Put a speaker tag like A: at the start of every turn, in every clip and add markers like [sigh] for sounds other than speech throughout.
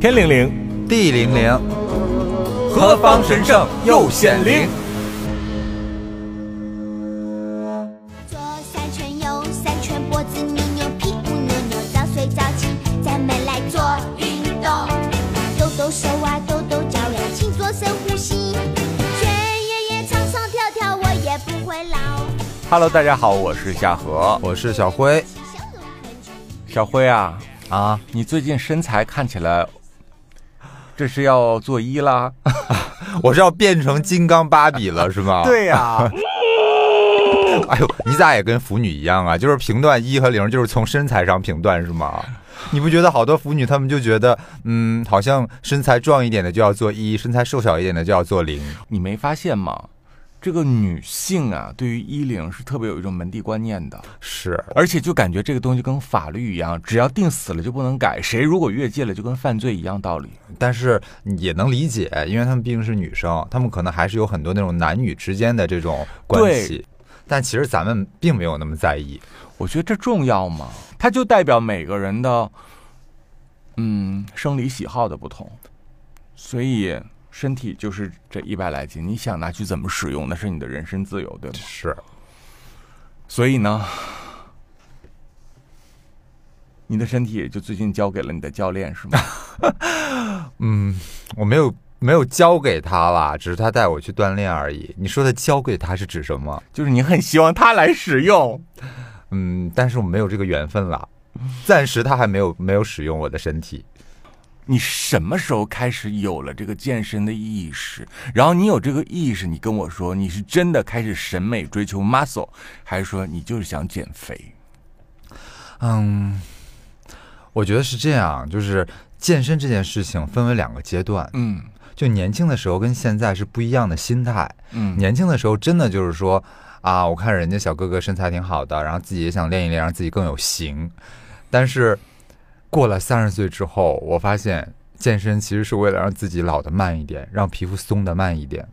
A: 天灵灵，
B: 地灵灵，
A: 何方神圣又显灵。
C: 左三圈，右三圈，脖子扭扭，屁股扭扭，早睡早起，咱们来做运动，抖抖手啊，抖抖脚呀，请做深呼吸，全爷爷唱唱跳跳，我也不会老。
A: Hello，大家好，我是夏荷。
B: 我是小辉
C: 笑容很直
A: 小辉啊，
B: 啊，
A: 你最近身材看起来，这是要做医 [laughs] 啦？
B: 我是要变成金刚芭
A: [laughs]
B: 比了是吗？，
A: 呀、
B: 哎呦，你咋也跟腐女一样啊？就是评断一和零，就是从身材上评断是吗？你不觉得好多腐女她们就觉得，嗯，好像身材壮一点的就要做一，身材瘦小一点的就要做零。
A: [laughs] 你没发现吗？这个女性啊，对于衣领是特别有一种门第观念的，
B: 是，
A: 而且就感觉这个东西跟法律一样，只要定死了就不能改，谁如果越界了，就跟犯罪一样道理。
B: 但是也能理解，因为她们毕竟是女生，她们可能还是有很多那种男女之间的这种关
A: 对
B: 系。但其实咱们并没有那么在意，
A: 我觉得这重要吗？它就代表每个人的，嗯，生理喜好的不同，所以身体就是这一百来斤，你想拿去怎么使用，那是你的人身自由，对吗？
B: 是
A: 所以呢，你的身体也就最近交给了你的教练，是吗？ [laughs]
B: 我没有没有教给他啦，只是他带我去锻炼而已。你说的教给他是指什么？
A: 就是你很希望它来使用。
B: 嗯，但是我没有这个缘分啦，暂时他还没有没有使用我的身体。
A: 你什么时候开始有了这个健身的意识？然后你有这个意识，你跟我说你是真的开始审美追求 muscle，还是说你就是想减肥？
B: 嗯，我觉得是这样，就是健身这件事情分为两个阶段，
A: 嗯
B: 就年轻的时候跟现在是不一样的心态。
A: 嗯，
B: 年轻的时候真的就是说啊，我看人家小哥哥身材挺好的，然后自己也想练一练，让自己更有型。但是过了三十岁之后，我发现健身其实是为了让自己老得慢一点，让皮肤松得慢一点。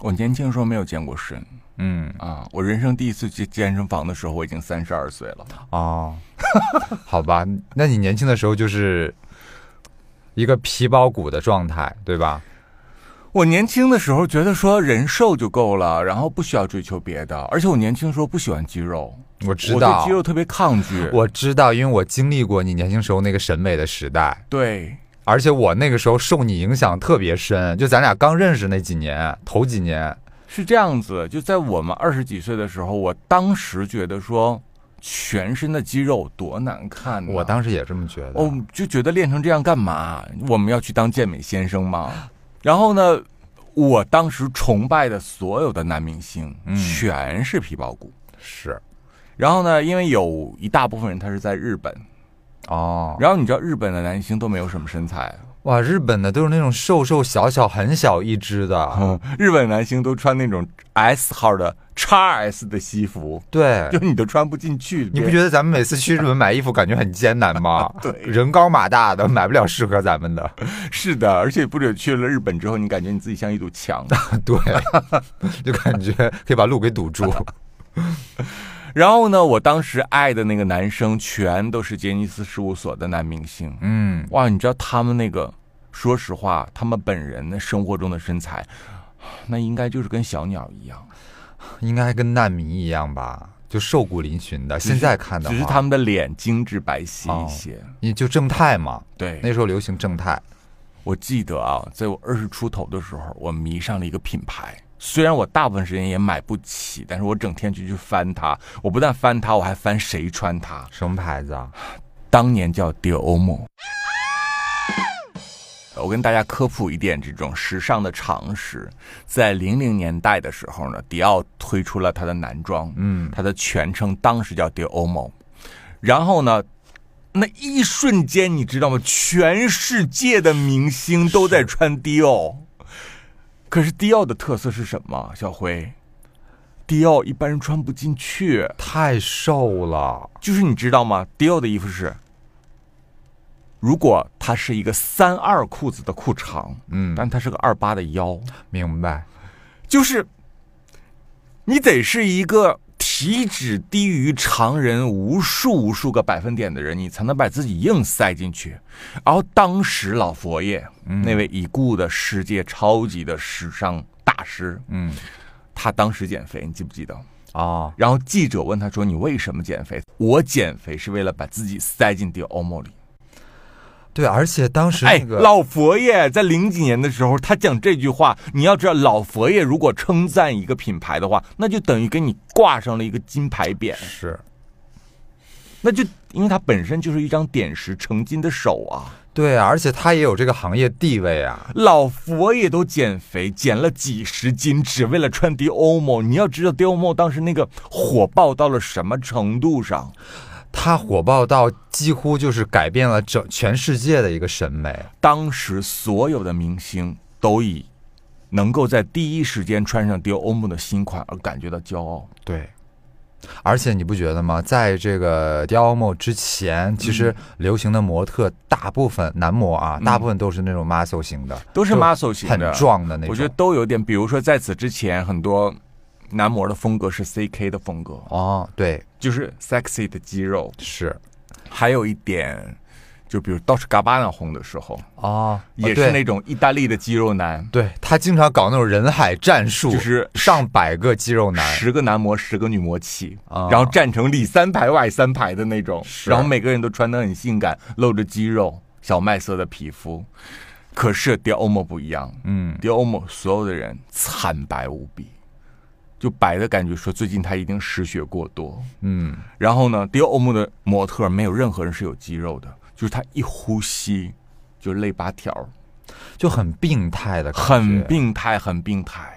A: 我年轻的时候没有健过身
B: 嗯，
A: 啊，我人生第一次去健身房的时候，我已经三十二岁了。
B: 哦， [laughs] 好吧，那你年轻的时候就是一个皮包骨的状态，对吧？
A: 我年轻的时候觉得说人瘦就够了，然后不需要追求别的，而且我年轻的时候不喜欢肌肉，
B: 我知
A: 我对
B: 道
A: 肌，肉特别抗拒。
B: 我知道，因为我经历过你年轻时候那个审美的时代。
A: 对
B: 而且我那个时候受你影响特别深，就咱俩刚认识那几年，头几年，
A: 是这样子，就在我们二十几岁的时候，我当时觉得说全身的肌肉多难看、呐
B: 我当时也这么觉得。
A: 嗯哦，就觉得练成这样干嘛？我们要去当健美先生吗？然后呢，我当时崇拜的所有的男明星、
B: 嗯
A: 全是皮包骨。
B: 是
A: 然后呢，因为有一大部分人他是在日本，
B: 哦，
A: 然后你知道日本的男星都没有什么身材，
B: 哇，日本的都是那种瘦瘦小小、很小一只的，
A: 嗯， [laughs] 日本男星都穿那种 S 号的 x S 的西服，
B: 对
A: 就。你都穿不进去。
B: 你不觉得咱们每次去日本买衣服感觉很艰难吗？
A: [laughs] 对
B: 人高马大的买不了适合咱们
A: [laughs]
B: 的。
A: 是的？而且不止去了日本之后，你感觉你自己像一堵墙。 [laughs]
B: 对，就感觉可以把路给堵
A: [laughs]
B: 住。
A: 然后呢，我当时爱的那个男生全都是杰尼斯事务所的男明星。
B: 嗯，
A: 哇，你知道他们那个，说实话，他们本人的生活中的身材，那应该就是跟小鸟一样，
B: 应该跟难民一样吧，就瘦骨嶙峋的。
A: 只是
B: 现在看的话，
A: 只是他们的脸精致白皙
B: 哦
A: 一些。
B: 你就正太嘛，
A: 对，
B: 那时候流行正太。
A: 我记得啊，在我二十出头的时候，我迷上了一个品牌。虽然我大部分时间也买不起，但是我整天就去翻它。我不但翻它，我还翻谁穿它。
B: 什么牌子啊？
A: 当年叫 Dior。我跟大家科普一点这种时尚的常识，在零零年代的时候呢，迪奥推出了它的男装，
B: 嗯，
A: 它的全称当时叫 Dior。然后呢，那一瞬间你知道吗？全世界的明星都在穿 Dior。可是 Dior 的特色是什么？小辉，Dior 一般人穿不进去。
B: 太瘦了。
A: 就是你知道吗？Dior 的衣服是，如果它是一个三二裤子的裤长，
B: 嗯，
A: 但它是个二八的腰，
B: 明白。
A: 就是你得是一个岂止低于常人无数无数个百分点的人，你才能把自己硬塞进去。然后当时老佛爷、那位已故的世界超级的时尚大师，
B: 嗯，
A: 他当时减肥，你记不记得？
B: 哦，
A: 然后记者问他说：“你为什么减肥？”我减肥是为了把自己塞进迪欧梦里。
B: 对，而且当时
A: 哎
B: 那，个、
A: 老佛爷在零几年的时候，他讲这句话，你要知道，老佛爷如果称赞一个品牌的话，那就等于给你挂上了一个金牌匾，
B: 是
A: 那就因为它本身就是一张点石成金的手啊。
B: 对啊，而且他也有这个行业地位啊，
A: 老佛爷都减肥，减了几十斤，只为了穿迪欧梦。你要知道，迪欧梦当时那个火爆到了什么程度上？
B: 他火爆到几乎就是改变了整全世界的一个审美。
A: 当时所有的明星都以能够在第一时间穿上迪欧梦的新款而感觉到骄傲。
B: 对，而且你不觉得吗？在这个迪奥莫之
A: 嗯
B: 前，其实流行的模特大部分男模啊，大部分都是那种 muscle 型的，
A: 嗯都是
B: 就
A: muscle 型的
B: 很壮的那种。
A: 我觉得都有点，比如说在此之前，很多男模的风格是 CK 的风格，
B: 哦，对，
A: 就是 sexy 的肌肉，
B: 是
A: 还有一点，就比如 Dolce Gabbana 红的时候，
B: 哦，
A: 啊也
B: 对
A: 是那种意大利的肌肉男，
B: 对他经常搞那种人海战术，
A: 就是
B: 上百个肌肉男，
A: 十个男模十个女模起，
B: 啊
A: 然后站成里三排外三排的那种，
B: 是
A: 然后每个人都穿得很性感，露着肌肉，小麦色的皮肤。可是迪欧莫不一样，
B: 嗯，
A: 迪欧莫所有的人惨白无比，就白的感觉说最近他一定失血过多。
B: 嗯，
A: 然后呢，迪欧莫的模特儿没有任何人是有肌肉的，就是他一呼吸就肋八条，
B: 就很病态的感觉，
A: 很，病态，很病态。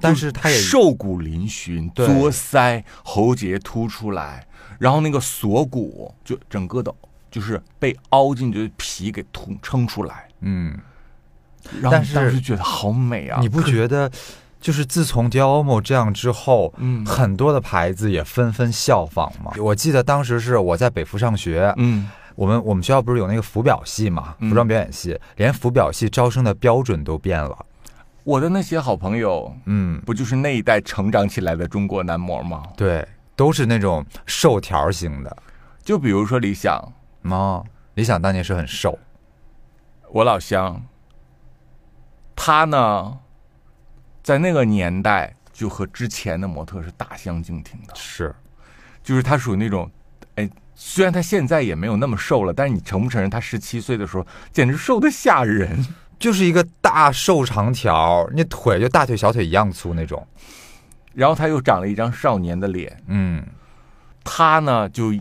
B: 但是他也
A: 瘦骨嶙峋，
B: 对
A: 嘬腮、喉结凸出来，然后那个锁骨就整个的，就是被凹进去的皮给凸撑出来。
B: 嗯，
A: 然后
B: 但
A: 你
B: 是
A: 当时觉得好美啊！
B: 你不觉得？就是自从 Dior 这样之后，
A: 嗯
B: 很多的牌子也纷纷效仿嘛。我记得当时是我在北服上学，
A: 嗯，
B: 我们我们学校不是有那个服表系嘛，服装表演系，连服表系招生的标准都变了。
A: 我的那些好朋友，
B: 嗯，
A: 不就是那一代成长起来的中国男模吗？
B: 对，都是那种瘦条型的。
A: 就比如说李想，
B: 哦，理想当年是很瘦，
A: 我老乡，他呢，在那个年代就和之前的模特是大相径庭的。
B: 是
A: 就是他属于那种，哎，虽然他现在也没有那么瘦了，但是你承不承认，他十七岁的时候简直瘦的吓人。 [laughs]
B: 就是一个大瘦长条，那腿就大腿小腿一样粗那种。
A: 然后他又长了一张少年的脸，
B: 嗯，
A: 他呢就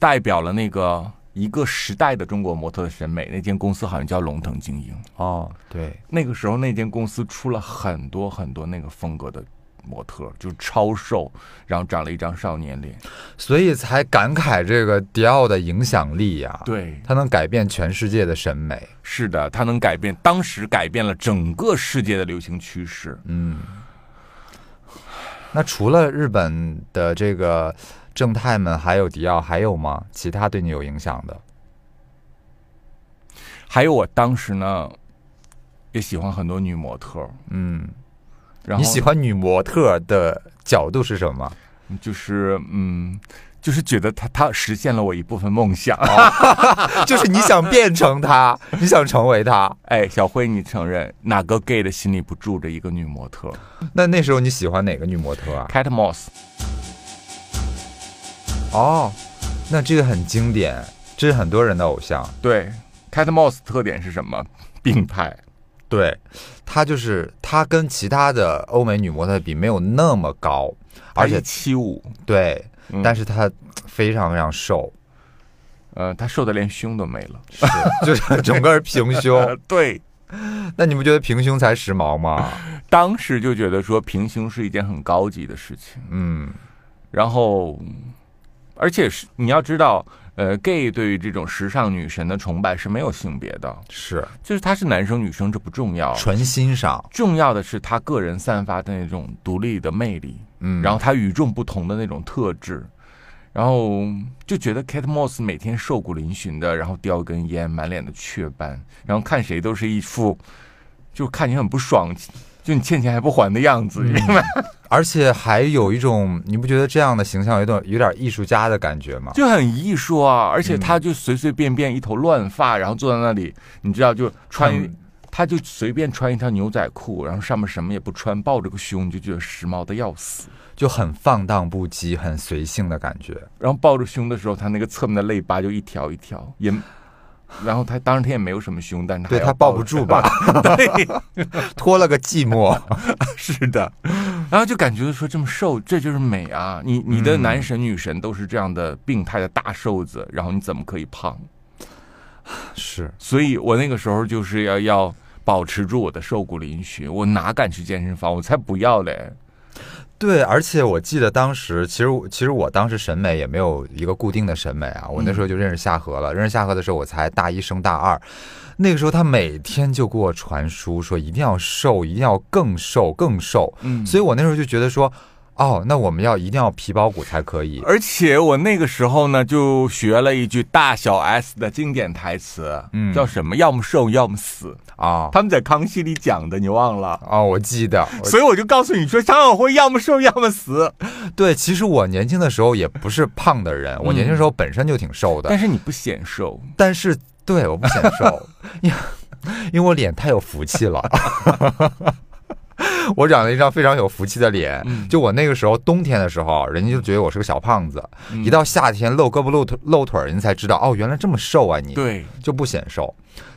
A: 代表了那个一个时代的中国模特的审美。那间公司好像叫龙腾精英，
B: 哦，对，
A: 那个时候那间公司出了很多很多那个风格的模特，就是超瘦，然后长了一张少年脸。
B: 所以才感慨这个迪奥的影响力呀、，
A: 对，
B: 它能改变全世界的审美。
A: 是的，他能改变，当时改变了整个世界的流行趋势。
B: 那除了日本的这个正太们，还有迪奥，还有吗？其他对你有影响的？
A: 还有我当时呢，也喜欢很多女模特儿，
B: 嗯，
A: 然后
B: 你喜欢女模特的角度是什么？ [laughs]
A: 就是嗯，就是觉得她她实现了我一部分梦想。
B: 就是你想变成她， [laughs] 你想成为她。
A: [laughs] 哎，小辉，你承认哪个 gay 的心里不住着一个女模特
B: 那那时候你喜欢哪个女模特啊？
A: ？Cat Moss，
B: 哦，那这个很经典，这是很多人的偶像。
A: 对，Cat Moss 特点是什么？病态。
B: 对，她就是她跟其他的欧美女模特比没有那么高，而且
A: 七五，
B: 对，
A: 嗯
B: 但是她非常非常
A: [laughs]
B: 瘦，
A: 呃，她瘦的连胸都没了。
B: 是就是整个人平胸
A: [laughs] 呃。，对，
B: 那你不觉得平胸才时髦吗？
A: 当时就觉得说平胸是一件很高级的事情。
B: 嗯，
A: 然后，嗯而且是你要知道，呃，gay 对于这种时尚女神的崇拜是没有性别的，
B: 是
A: 就是他是男生女生这不重要，
B: 纯欣赏。
A: 重要的是他个人散发的那种独立的魅力，
B: 嗯，
A: 然后他与众不同的那种特质。然后就觉得 Kate Moss 每天瘦骨嶙峋的，然后叼根烟，满脸的雀斑，然后看谁都是一副，就看你很不爽，就你欠钱还不还的样子，明白吗？
B: 而且还有一种，你不觉得这样的形象有点有点艺术家的感觉
A: [laughs]
B: 吗？
A: 就很艺术啊。而且
B: 嗯
A: 他就随随便便一头乱发，然后坐在那里，你知道，就穿一，
B: 嗯
A: 他就随便穿一条牛仔裤，然后上面什么也不穿，抱着个胸，你就觉得时髦的要死。
B: 就很放荡不羁、很随性的感觉。
A: 然后抱着胸的时候，他那个侧面的肋疤就一条一条，也，然后他当然他也没有什么胸，但是他
B: 对
A: 还
B: 他
A: 要
B: 抱
A: 抱
B: 不
A: 着
B: 住
A: [laughs]
B: 吧？
A: 对，
B: 拖了个寂寞。
A: 是的，然后就感觉说这么瘦，这就是美啊！你你
B: 嗯
A: 的男神女神都是这样的病态的大瘦子，然后你怎么可以胖？
B: 是，
A: 所以我那个时候就是要要保持住我的瘦骨嶙峋，我哪敢去健身房？我才不要嘞！
B: 对，而且我记得当时，其实我其实我当时审美也没有一个固定的审美啊。我那时候
A: 嗯
B: 就认识夏荷了，认识夏荷的时候我才大一升大二，那个时候她每天就给我传输说一定要瘦，一定要更瘦更瘦，
A: 嗯
B: 所以我那时候就觉得说，哦，那我们要一定要皮包骨才可以。
A: 而且我那个时候呢，就学了一句大小 S 的经典台词，
B: 嗯
A: 叫什么？要么瘦，要么死。
B: 啊
A: 他们在《康熙》里讲的，你忘了？
B: 哦，我记得，我
A: 所哦以我就告诉你说，张晓辉要么瘦，要么死。
B: 对，其实我年轻的时候也不是胖的人，我年轻的时候本身就挺瘦的，
A: 但是你不显瘦，
B: 但是对我不显瘦，因为因为我脸太有福气了。 [laughs] 我长了一张非常有福气的脸，就我那个时候冬天的时候，人家就觉得我是个小胖子，一到夏天露胳膊露腿露腿儿，人家才知道哦，原来这么瘦啊你，
A: 对，
B: 就不显瘦，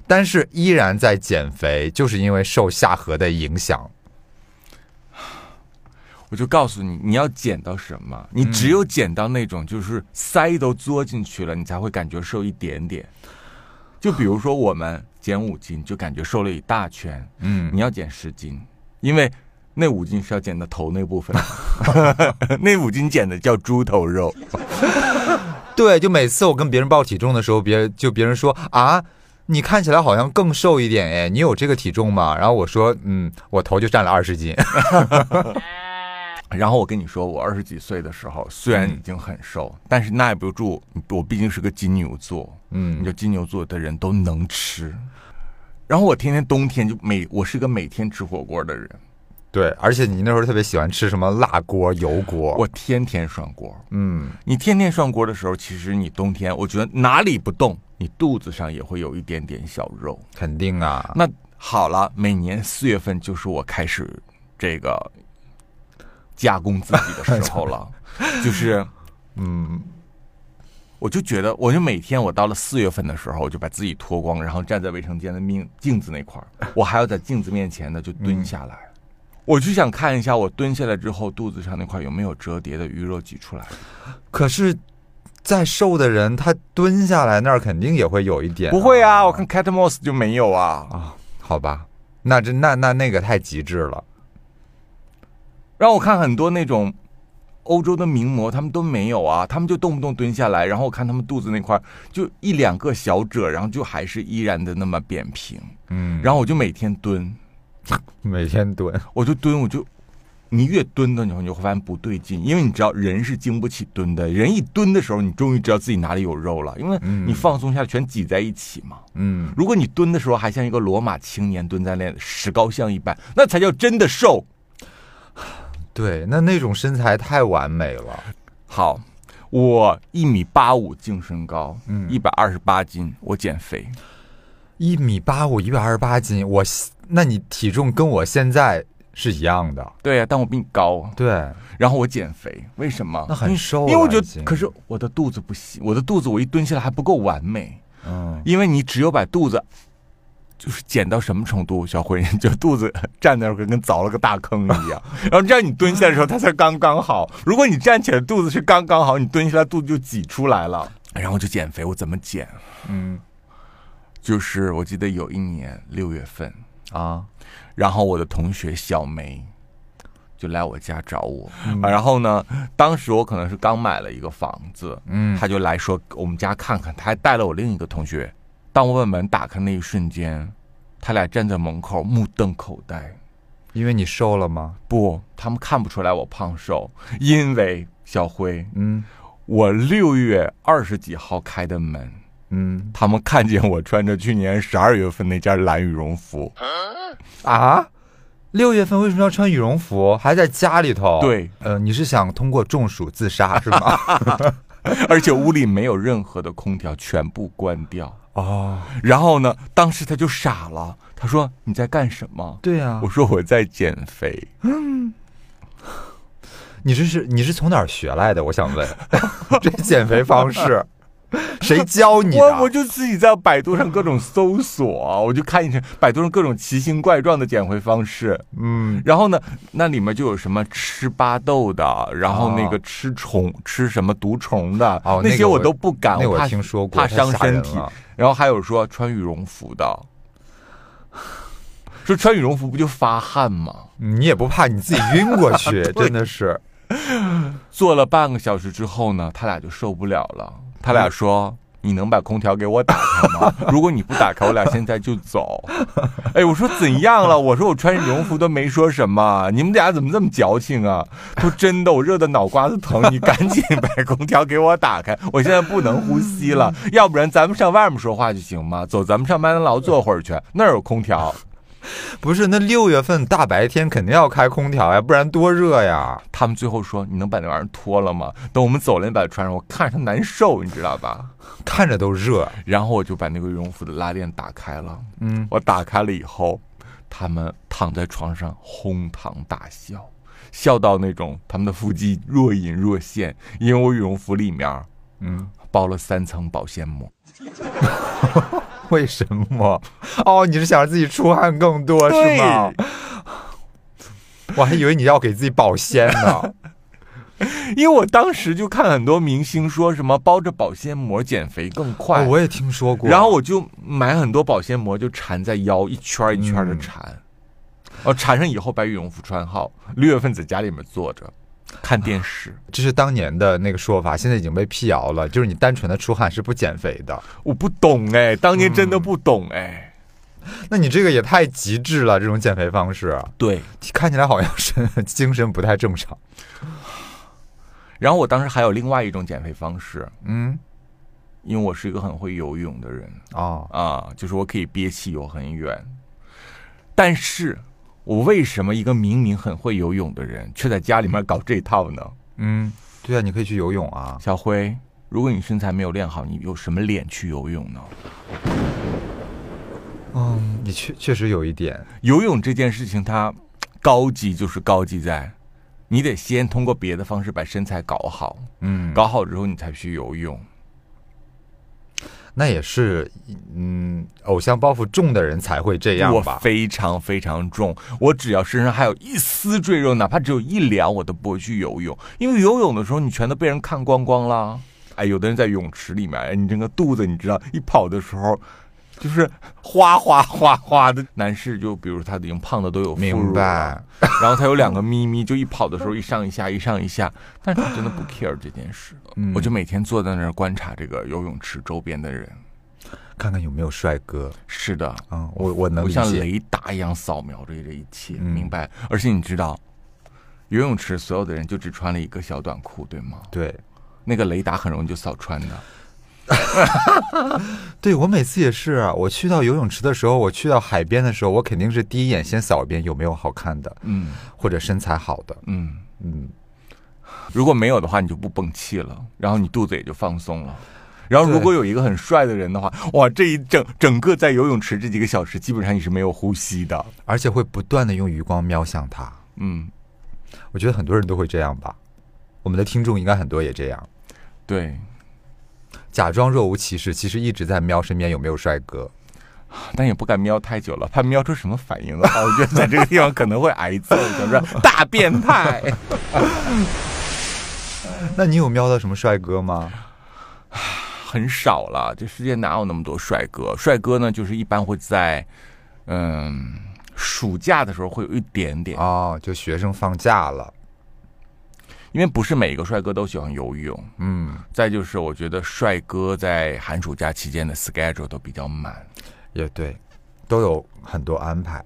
B: 但是依然在减肥，就是因为受下颌的影响。
A: 我就告诉你，你要减到什么，你只有减到那种就是腮都嘬进去了，你才会感觉瘦一点点。就比如说我们减五斤，就感觉瘦了一大圈。
B: 嗯，
A: 你要减十斤，因为那五斤是要减到头那部分， [laughs] 那五斤减的叫猪头肉。
B: 对，就每次我跟别人报体重的时候，别人就别人说啊。你看起来好像更瘦一点哎，你有这个体重吗？然后我说，嗯，我头就占了二十斤。
A: 然后我跟你说，我二十几岁的时候，虽然已经很瘦，但是耐不住，我毕竟是个金牛座，
B: 嗯
A: 你，就金牛座的人都能吃。然后我天天冬天就每我是个每天吃火锅的人，
B: 对，而且你那时候特别喜欢吃什么辣锅、油锅。
A: 我天天涮锅。
B: 嗯，
A: 你天天涮锅的时候，其实你冬天我觉得哪里不动，你肚子上也会有一点点小肉。
B: 肯定啊。
A: 那好了，每年四月份就是我开始这个加工自己的时候
B: [laughs]
A: 了，就是
B: 嗯，
A: 我就觉得，我就每天我到了四月份的时候，我就把自己脱光，然后站在卫生间的镜镜子那块儿，我还要在镜子面前呢就蹲下来，我就想看一下我蹲下来之后肚子上那块有没有折叠的鱼肉挤出来。
B: 可是再瘦的人，他蹲下来那儿肯定也会有一点、
A: 不会啊，我看 Cat Moss 就没有啊。
B: 啊，好吧，那这那那那个太极致了。
A: 让我看很多那种欧洲的名模，他们都没有啊，他们就动不动蹲下来，然后我看他们肚子那块儿就一两个小褶，然后就还是依然的那么扁平。
B: 嗯，
A: 然后我就每天蹲，
B: 每天蹲，
A: 我就蹲，我就你越蹲的时候，你就会发现不对劲，因为你知道人是经不起蹲的，人一蹲的时候，你终于知道自己哪里有肉了，因为
B: 嗯
A: 你放松下来全挤在一起嘛。
B: 嗯，
A: 如果你蹲的时候还像一个罗马青年蹲在那石膏像一般，那才叫真的瘦。
B: 对，那那种身材太完美了。
A: 好，我一米八五净身高，
B: 嗯
A: 一百二十八斤，我减肥。
B: 一米八五，一百二十八斤，我那你体重跟我现在是一样的。
A: 对呀、但我比你高啊，
B: 对，
A: 然后我减肥，为什么？
B: 那很
A: 因为
B: 瘦
A: 因为我
B: 了
A: 觉
B: 已
A: 得，
B: 经
A: 可是我的肚子不行，我的肚子我一蹲下来还不够完美。
B: 嗯，
A: 因为你只有把肚子，就是减到什么程度，小辉， [laughs] 就肚子站那儿跟跟凿了个大坑一 [laughs] 样，然后这样你蹲下的时候，它才刚刚好。如果你站起来肚子是刚刚好，你蹲下来肚子就挤出来了。然后就减肥，我怎么减？
B: 嗯
A: 就是我记得有一年六月份，
B: 啊，
A: 然后我的同学小梅就来我家找我，啊然后呢，当时我可能是刚买了一个房子，
B: 嗯
A: 她就来说我们家看看，她还带了我另一个同学。当我把门打开那一瞬间，他俩站在门口目瞪口呆。
B: 因为你瘦了吗？
A: 不，他们看不出来我胖瘦，因为小辉，
B: 嗯
A: 我六月二十几号开的门，
B: 嗯
A: 他们看见我穿着去年十二月份那件蓝羽绒服，
B: 啊，六月份为什么要穿羽绒服？还在家里头？
A: 对，
B: 呃，你是想通过中暑自杀
A: [laughs]
B: 是吗？
A: 而且屋里没有任何的空调，全部关掉。
B: 哦，
A: 然后呢，当时他就傻了，他说：“你在干什么？”
B: 对呀、
A: 我说：“我在减肥。
B: 你这是你是从哪儿学来的？我想
A: [laughs]
B: 问，这减肥方式谁教你啊的？
A: 我我就自己在百度上各种搜索，我就看一下百度上各种奇形怪状的减肥方式。
B: 嗯，
A: 然后呢，那里面就有什么吃巴豆的，然后那
B: 哦
A: 个吃虫、吃什么毒虫的，
B: 哦
A: 那
B: 那个
A: 些
B: 我
A: 都不敢，
B: 那
A: 我
B: 我
A: 怕
B: 听说过
A: 怕
B: 太
A: 伤
B: 吓
A: 身
B: 人
A: 体
B: 了。
A: 然后还有说穿羽绒服的，说穿羽绒服不就发汗吗？
B: 你也不怕你自己晕过
A: [laughs]
B: 去？真的是，
A: 做了半个小时之后呢，他俩就受不了了，他俩说。你能把空调给我打开吗？ [laughs] 如果你不打开，我俩现在就走。哎，我说怎样了？我说我穿羽绒服都没说什么，你们俩怎么这么矫情啊？他说真的，我热的脑瓜子疼，你赶紧把空调给我打开， [laughs] 我现在不能呼吸了，要不然咱们上外面说话就行吗？走，咱们上麦当劳坐会儿去，那儿有空调。
B: 不是那六月份大白天肯定要开空调呀，不然多热呀！
A: 他们最后说：“你能把那玩意儿脱了吗？”等我们走了，你把它穿上，我看着它难受，你知道吧？
B: 看着都热。
A: 然后我就把那个羽绒服的拉链打开了。
B: 嗯，
A: 我打开了以后，他们躺在床上哄堂大笑，笑到那种他们的腹肌若隐若现，因为我羽绒服里面啊
B: 嗯，
A: 包了三层保鲜膜。
B: 为什么？哦，你是想让自己出汗更多是吗？我还以为你要给自己保鲜呢。
A: 因为我当时就看很多明星说什么包着保鲜膜减肥更快，
B: 哦我也听说过。
A: 然后我就买很多保鲜膜，就缠在腰，一圈儿一圈的
B: 嗯
A: 缠。哦，缠上以后把羽绒服穿好，六月份在家里面坐着看电视。
B: 这是当年的那个说法，现在已经被辟谣了。就是你单纯的出汗是不减肥的，
A: 我不懂哎，当年真的不懂哎。
B: 那你这个也太极致了，这种减肥方式，啊
A: 对，
B: 看起来好像是 [laughs] 精神不太正常。
A: 然后我当时还有另外一种减肥方式，
B: 嗯，
A: 因为我是一个很会游泳的人
B: 哦，
A: 啊，就是我可以憋气游很远。但是我为什么一个明明很会游泳的人，却在家里面搞这套呢？
B: 嗯，对啊，你可以去游泳啊。
A: 小辉，如果你身材没有练好，你有什么脸去游泳呢？
B: 嗯，你确确实有一点，
A: 游泳这件事情，它高级就是高级在，你得先通过别的方式把身材搞好，
B: 嗯，
A: 搞好之后你才去游泳。
B: 那也是，嗯，偶像包袱重的人才会这样
A: 我
B: 吧？
A: 非常非常重，我只要身上还有一丝赘肉，哪怕只有一两，我都不会去游泳，因为游泳的时候你全都被人看光光啦。哎，有的人在泳池里面，哎，你整个肚子，你知道，一跑的时候。就是哗哗哗哗的，男士就比如他已经胖的都有副
B: 明
A: 乳了，
B: 白，
A: 然后他有两个咪咪，就一跑的时候一上一下，一上一下，但是他真的不 care 这件事。
B: 嗯
A: 我就每天坐在那儿观察这个游泳池周边的人。
B: 看看有没有帅哥。
A: 是的，
B: 嗯，我我能
A: 我
B: 理
A: 像
B: 解。
A: 雷达一样扫描着这一切，
B: 嗯
A: 明白？而且你知道，游泳池所有的人就只穿了一个小短裤，对吗？
B: 对，
A: 那个雷达很容易就扫穿的。
B: 对我每次也是啊，我去到游泳池的时候，我去到海边的时候，我肯定是第一眼先扫一遍有没有好看的
A: 嗯
B: 或者身材好的。
A: 嗯，
B: 嗯，
A: 如果没有的话，你就不蹦气了，然后你肚子也就放松了。然后，如
B: 对
A: 果有一个很帅的人的话，哇，这一整整个在游泳池这几个小时，基本上你是没有呼吸的。
B: 而且会不断的用余光瞄向他。
A: 嗯，
B: 我觉得很多人都会这样吧，我们的听众应该很多也这样，
A: 对。
B: 假装若无其事，其实一直在瞄身边有没有帅哥。
A: 但也不敢瞄太久了，怕瞄出什么反应的啊话，我觉得在这个地方可能会挨揍，怎么说？大变态。
B: 那你有瞄到什么帅哥吗？
A: 很少了，这世界哪有那么多帅哥？帅哥呢，就是一般会在，嗯，暑假的时候会有一点点，
B: 哦，就学生放假了。
A: 因为不是每一个帅哥都喜欢游泳。
B: 嗯，
A: 再就是，我觉得帅哥在寒暑假期间的 schedule 都比较满。
B: 也对，都有很多安排。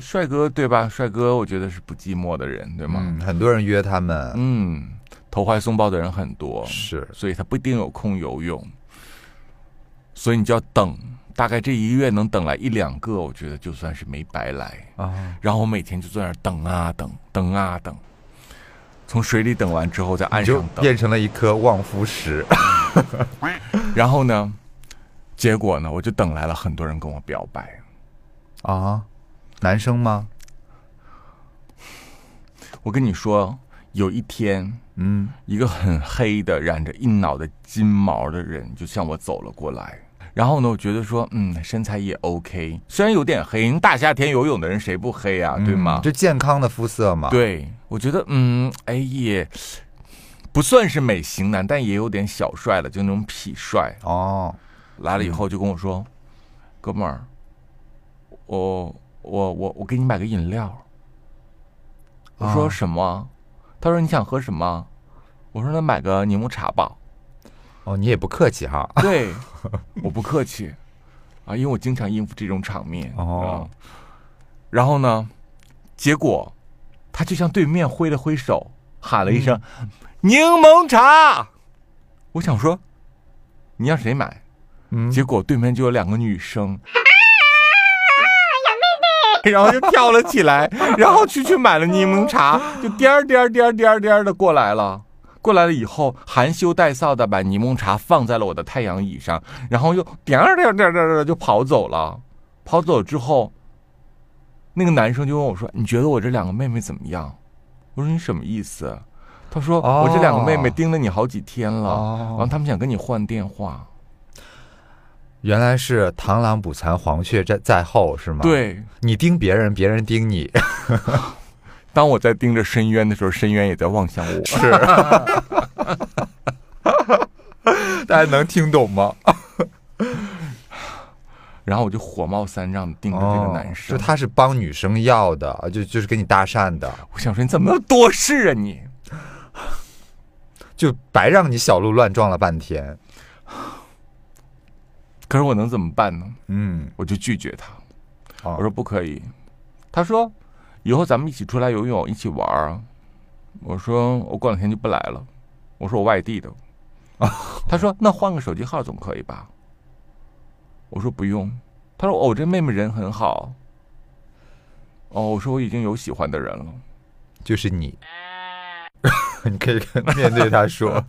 A: 帅哥对吧？帅哥，我觉得是不寂寞的人，对吗？
B: 嗯，很多人约他们。
A: 嗯，投怀送抱的人很多，
B: 是
A: 所以他不一定有空游泳，所以你就要等大概这一个月能等来一两个，我觉得就算是没白来。
B: 啊，
A: 然后我每天就在那儿等啊等，等啊等，从水里等完之后在岸
B: 你就
A: 上等，
B: 变成了一颗望夫石。
A: 然后呢，结果呢，我就等来了很多人跟我表白。
B: 啊，男生吗？
A: 我跟你说，有一天，
B: 嗯，
A: 一个很黑的、染着一脑袋金毛的人就向我走了过来。然后呢，我觉得说，嗯，身材也 OK，虽然有点黑，大夏天游泳的人谁不黑啊，
B: 嗯
A: 对吗？
B: 就健康的肤色嘛。，
A: 对，我觉得，嗯，哎也不算是美型男，但也有点小帅了，就那种痞帅。
B: 哦，
A: 来了以后就跟我说：“哥们儿，我我我我给你买个饮料。”我说
B: 啊
A: 什么？他说你想喝什么？我说那买个柠檬茶
B: [laughs]
A: 吧。
B: 哦，你也不客气哈。
A: 对，我不客气啊，因为我经常应付这种场面。
B: 哦
A: 嗯然后呢，结果他就向对面挥了挥手，喊了一声：“
B: 嗯
A: 柠檬茶。”我想说，你让谁买？
B: 嗯，
A: 结果对面就有两个女生。然后就跳了起来，然后去去买了柠檬茶，就颠儿颠儿颠儿颠儿颠儿的过来了。过来了以后，含羞带臊的把柠檬茶放在了我的太阳椅上，然后又颠儿颠儿颠儿颠儿颠儿就跑走了。跑走之后，那个男生就问我说：“你觉得我这两个妹妹怎么样？”我说：“你什么意思？”他说：“
B: 哦
A: 我这两个妹妹盯了你好几天了，
B: 哦
A: 然后他们想跟你换电话。”
B: 原来是螳螂捕蝉，黄雀在在后，是吗？，
A: 对，
B: 你盯别人，别人
A: [laughs]
B: 盯你。
A: 当我在盯着深渊的时候，深渊也在望向
B: [laughs]
A: 我。
B: 是，大家能听懂吗？
A: 然后我就火冒三丈的盯着嗯这个男生，
B: 哦就他是帮女生要的，就就是跟你搭讪的，
A: 我想说你怎么那么多事啊你？
B: 就白让你小鹿乱撞了半天。
A: 可是我能怎么办呢？
B: 嗯，
A: 我就拒绝他，
B: 哦
A: 我说不可以。他说以后咱们一起出来游泳，一起玩儿啊。我说我过两天就不来了，我说我外地的。他说那换个手机号总可以吧？我说不用。他说哦，我这妹妹人很好。哦，我说我已经有喜欢的人了。
B: 就是你， [laughs] 你可以跟面对
A: [laughs]
B: 他说，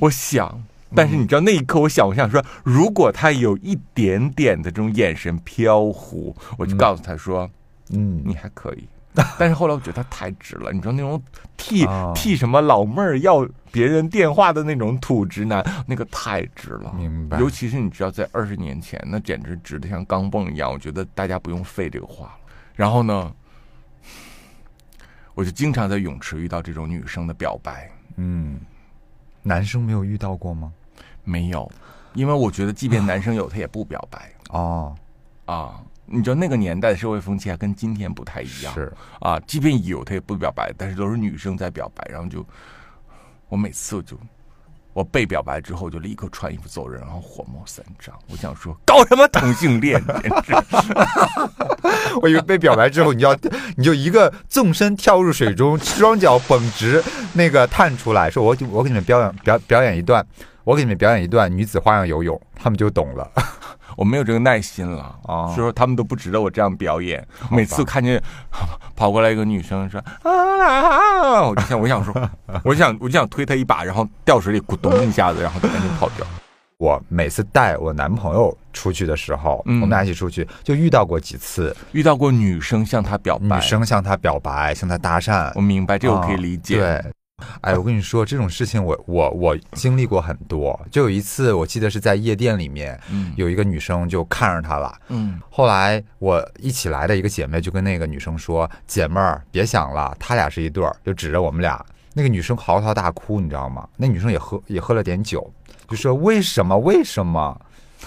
A: 我想，但
B: 嗯
A: 是你知道那一刻，我想，我想说，如果他有一点点的这种眼神飘忽，我就告诉他说、
B: 嗯，
A: 你还可以。 [laughs] 但是后来我觉得他太直了，你知道那种替、
B: 啊
A: 替什么老妹儿要别人电话的那种土直男，那个太直了。
B: 明白
A: 尤其是你知道，在二十年前，那简直直的像钢镚一样。我觉得大家不用费这个话了。然后呢，我就经常在泳池遇到这种女生的表白。
B: 嗯，男生没有遇到过吗？
A: 没有，因为我觉得即便男生有，他也不表白
B: 哦，
A: 啊。你知道那个年代的社会风气还跟今天不太一样，
B: 是，
A: 啊，即便有他也不表白，但是都是女生在表白，然后就我每次我就我被表白之后我就立刻穿衣服走人，然后火冒三丈，我想说搞什么同性恋，简直
B: 我以为被表白之后，你要 [laughs] 你就一个纵身跳入水中，双脚绷直，那个探出来说：“我给我给你们表演表表演一段，我给你们表演一段女子花样游泳。” [laughs] 他们就懂了。
A: 我没有这个耐心了
B: 哦 [laughs]
A: 所以说他们都不值得我这样表演。每次看见 [laughs] 跑过来一个女生说啊，我就想我想说，
B: [laughs]
A: 我想我就想推她一把，然后掉水里咕咚一下子，然后就赶紧跑掉。
B: 我每次带我男朋友出去的时候，
A: 嗯
B: 我们俩一起出去，就遇到过几次
A: 遇到过女生向他表白，
B: 女生向他表白，向他搭讪
A: 我，明白这我可以理解。
B: 啊对。哎，我跟你说，这种事情我我我经历过很多。就有一次，我记得是在夜店里面，
A: 嗯
B: 有一个女生就看上他了，
A: 嗯
B: 后来我一起来的一个姐妹就跟那个女生说：“姐妹儿，别想了，他俩是一对儿。”就指着我们俩。那个女生嚎啕大哭，你知道吗？那女生也喝也喝了点酒，就说：“为什么？为什么？”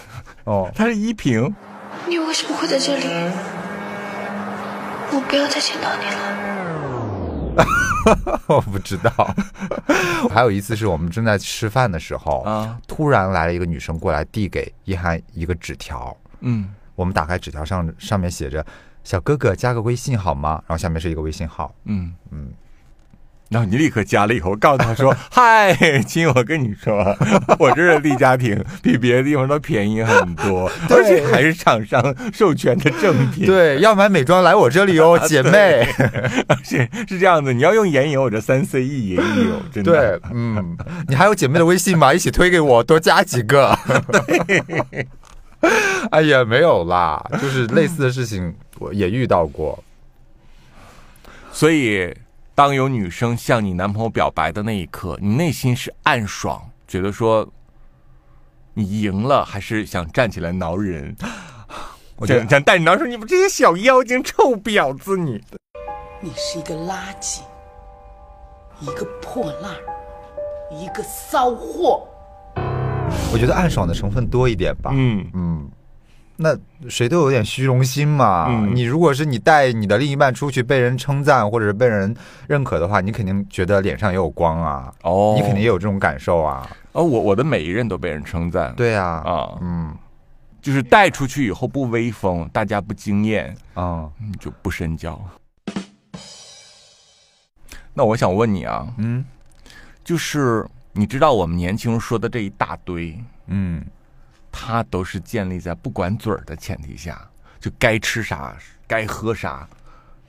B: [laughs] 哦，
A: 她是依萍，
D: 你为什么会在这里？我不要再见到你了。
B: [laughs] 我不知道。还有一次是我们正在吃饭的时候，
A: 啊
B: 突然来了一个女生过来，递给一涵一个纸条。
A: 嗯
B: 我们打开纸条上上面写着：“小哥哥加个微信好吗？”然后下面是一个微信号。
A: 嗯嗯，然后你立刻加了以后，告诉他
B: [laughs]
A: 说：“嗨，亲，我跟你说， [laughs] 我这是立家亭，比别的地方都便宜很
B: [laughs]
A: 多，而且还是厂商授权的正品。”
B: 对，要买美妆来我这里哦，姐妹。
A: 是 [laughs] 是这样子，你要用眼影，我这三 C E 也
B: [laughs]
A: 有，真的。
B: 对，嗯，你还有姐妹的微信吗？一起推给我，多加几个。 [laughs] 哎呀，没有啦，就是类似的事情我也遇到过。
A: 所以，当有女生向你男朋友表白的那一刻，你内心是暗爽，觉得说你赢了，还是想站起来挠人，
B: [gasps] 我觉
A: 想
B: 得
A: 想带你挠说你们这些小妖精、臭婊子你，
E: 你是一个垃圾，一个破烂儿，一个骚货。
B: 我觉得暗爽的成分多一点吧。
A: 嗯，
B: 嗯，那谁都有点虚荣心嘛。
A: 嗯
B: 你如果是你带你的另一半出去被人称赞或者是被人认可的话，你肯定觉得脸上也有光啊。
A: 哦
B: 你肯定也有这种感受啊。
A: 哦，我我的每一任都被人称赞，，
B: 对啊，
A: 啊
B: 嗯
A: 就是带出去以后不威风，大家不惊艳，
B: 啊
A: 嗯就不深交。那我想问你啊，
B: 嗯
A: 就是你知道我们年轻人说的这一大堆，
B: 嗯，
A: 它都是建立在不管嘴儿的前提下，就该吃啥该喝啥，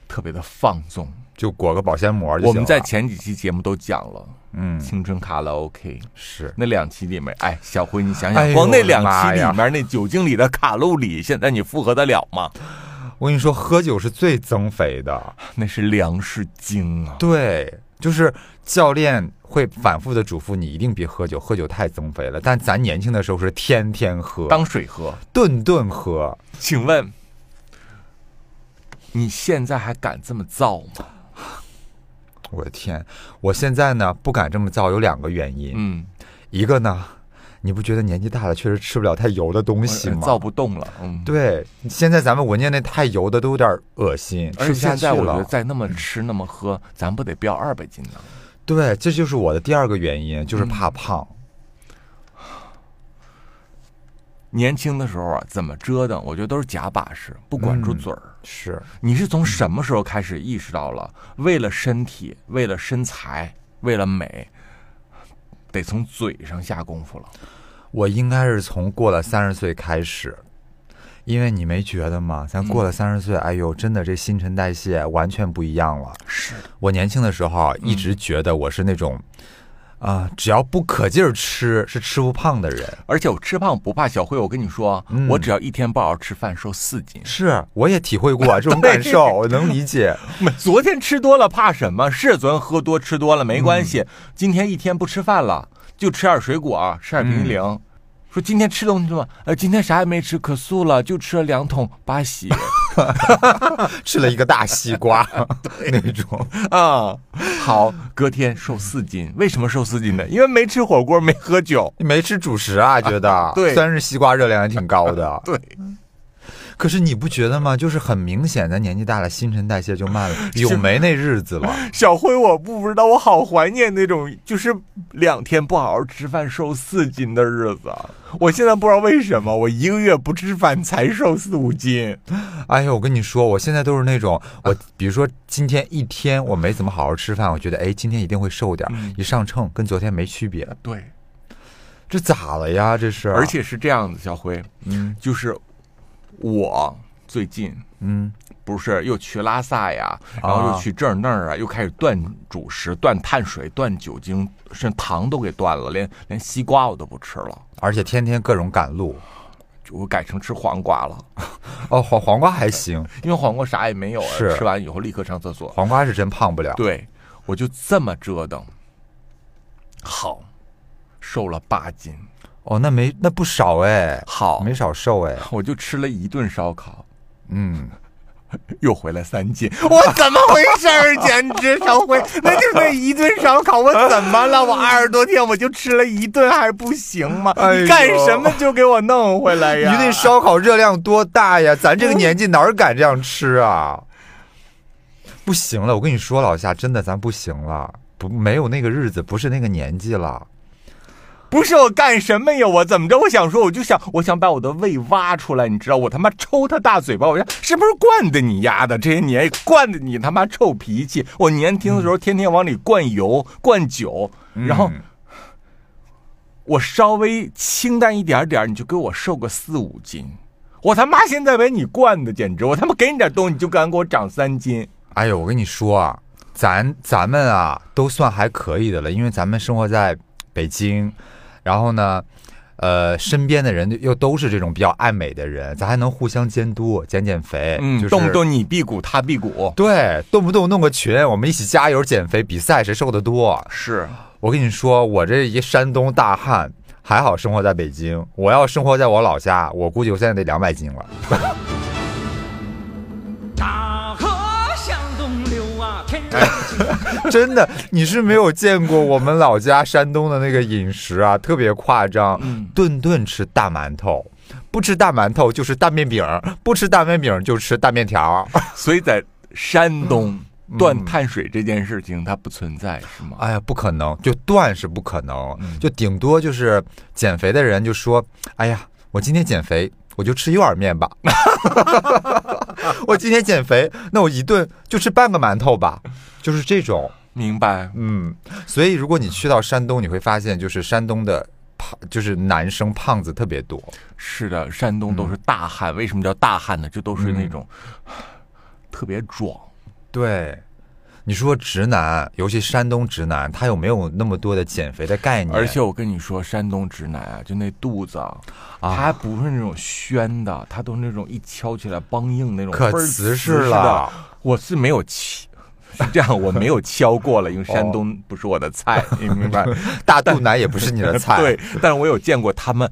A: 特别的放纵。
B: 就裹个保鲜膜就行了
A: 我们在前几期节目都讲了
B: 嗯
A: 青春卡拉 OK。
B: 是
A: 那两期里面，哎，小辉，你想
B: 哎
A: 想，
B: 呦
A: 光那
B: 我的
A: 两
B: 妈
A: 期
B: 呀
A: 里面那酒精里的卡路里，现在你负荷得了吗？
B: 我跟你说，喝酒是最增肥的。
A: 那是粮食精啊！
B: 对，就是教练会反复的嘱咐你，一定别喝酒，喝酒太增肥了。但咱年轻的时候是天天喝，
A: 当水喝。
B: 顿顿喝。
A: 请问，你现在还敢这么造吗？
B: 我的天！我现在呢不敢这么造，有两个原因。
A: 嗯，
B: 一个呢，你不觉得年纪大了确实吃不了太油的东西吗？
A: 嗯呃造不动了。嗯，
B: 对，现在咱们闻见那太油的都有点恶心，
A: 而且
B: 吃不下
A: 现
B: 去
A: 在我觉得
B: 了。嗯
A: 再那么吃那么喝，咱不得飙二百斤呢？
B: 对，这就是我的第二个原因，
A: 嗯
B: 就是怕胖。
A: 年轻的时候啊，怎么折腾，我觉得都是假把式，不管
B: 嗯
A: 住嘴儿。
B: 是，
A: 你是从什么时候开始意识到了，为了身体，为了身材，为了美，得从嘴上下功夫了？
B: 我应该是从过了三十岁开始，因为你没觉得吗？咱
A: 嗯
B: 过了三十岁，哎呦，真的这新陈代谢完全不一样了。
A: 是，嗯
B: 我年轻的时候啊一直觉得我是那种，啊、只要不可劲儿吃是吃不胖的人。
A: 而且我吃胖不怕小慧，我跟你说啊，
B: 嗯
A: 我只要一天不好好吃饭，瘦四斤。
B: 是，我也体
A: [laughs]
B: 会过啊这种感受，我能理解。
A: 昨天吃多了怕什么？是昨天喝多吃多了没关系，今天一天不吃饭了，就吃点水果，吃点冰淇淋。说今天吃东西吗？呃，今天啥也没吃，可素了，就吃了两桶八 [laughs] 喜
B: 吃了一个大西瓜那种，
A: 啊。好，隔天瘦四斤，为什么瘦四斤呢？因为没吃火锅，没喝酒。
B: 没吃主食啊，觉得
A: 对
B: 虽然是西瓜热量也挺高的
A: [laughs] ，对，
B: 可是你不觉得吗？就是很明显，咱年纪大了，新陈代谢就
A: [laughs]
B: 慢了，有没那日子了。
A: 小辉，我不知道，我好怀念那种就是两天不好好吃饭瘦四斤的日子。啊我现在不知道为什么，我一个月不吃饭才瘦四五斤。
B: 哎呦，我跟你说，我现在都是那
A: 啊
B: 种，我比如说今天一天我没怎么好好吃饭，我觉得哎，今天一定会瘦点儿，
A: 嗯
B: 一上秤跟昨天没区别，
A: 对。
B: 这咋了呀？这是，
A: 而且是这样子，小辉，
B: 啊嗯
A: 就是我最近
B: 嗯，啊
A: 不是又去拉萨呀，然后又去这儿那儿啊，又开始断主食、断碳水、断酒精，甚至糖都给断了，连连西瓜我都不吃了，
B: 而且天天各种赶路。
A: 就我改成吃黄瓜了， [laughs]
B: 哦，黄黄瓜还行，
A: 因为黄瓜啥也没有啊，
B: 是
A: 吃完以后立刻上厕所。
B: 黄瓜是真胖不了。
A: 对，我就这么折腾，好，瘦了八斤，
B: 哦，那没那不少哎，
A: 好，
B: 没少瘦哎。
A: 我就吃了一顿烧烤，
B: 嗯，
A: 又回来三斤，我怎么回事儿？简直小辉，那就是那一顿烧烤，我怎么了？我二十多天我就吃了一顿，还不行吗？
B: 哎呦
A: 你干什么就给我弄回来
B: 一
A: 哎呀？
B: 顿烧烤热量多大呀？咱这个年纪哪儿敢这样吃啊？不行了，我跟你说，老夏，真的咱不行了，不没有那个日子，不是那个年纪了。
A: 不是我干什么呀？我怎么着？我想说，我就想，我想把我的胃挖出来，你知道？我他妈抽他大嘴巴！我说是不是惯的你丫的？这些年惯的你他妈臭脾气！我年轻的时候天天往里灌油、灌酒，然后
B: 嗯
A: 我稍微清淡一点点儿，你就给我瘦个四五斤。我他妈现在被你惯的，简直！我他妈给你点东西，你就敢给我长三斤。
B: 哎呦，我跟你说啊，咱咱们啊都算还可以的了，因为咱们生活在北京，然后呢，呃，身边的人就又都是这种比较爱美的人，咱还能互相监督，减减肥，
A: 嗯，
B: 就是
A: 动不动你辟谷，他辟谷，
B: 对，动不动弄个群，我们一起加油减肥，比赛谁瘦的多。
A: 是
B: 我跟你说，我这一山东大汉，还好生活在北京，我要生活在我老家，我估计我现在得两百斤了。 [laughs]
F: 大河向东流啊，天然
B: 真的，你是没有见过我们老家山东的那个饮食啊，特别夸张，顿顿吃大馒头，不吃大馒头就是大面饼，不吃大面饼就吃大面条。
A: 所以在山东
B: 嗯
A: 断碳水这件事情它不存在，是吗？
B: 哎呀，不可能，就断是不可能，就顶多就是减肥的人就说，哎呀，我今天减肥。我就吃一碗面 [laughs] 吧，我今天减肥，那我一顿就吃半个馒头吧，就是这种。
A: 明白。
B: 嗯，所以如果你去到山东，你会发现就是山东的胖，就是男生胖子特别多。
A: 是的，山东都是大汉，为什么叫大汉呢？就都是那种、
B: 嗯
A: 特别壮。
B: 对，你说直男，尤其山东直男，他有没有那么多的减肥的概念？
A: 而且我跟你说，山东直男啊，就那肚子啊，他不是那种宣的，他都是那种一敲起来梆硬那种，
B: 可
A: 倍儿
B: 瓷实
A: 实的
B: 了。
A: 我是没有敲， [laughs] 是这样，我没有敲过了，因
B: 哦
A: 为山东不是我的菜，你明白？
B: 大肚腩也不是你的 [laughs] 菜。
A: 对，，但是我有见过他们。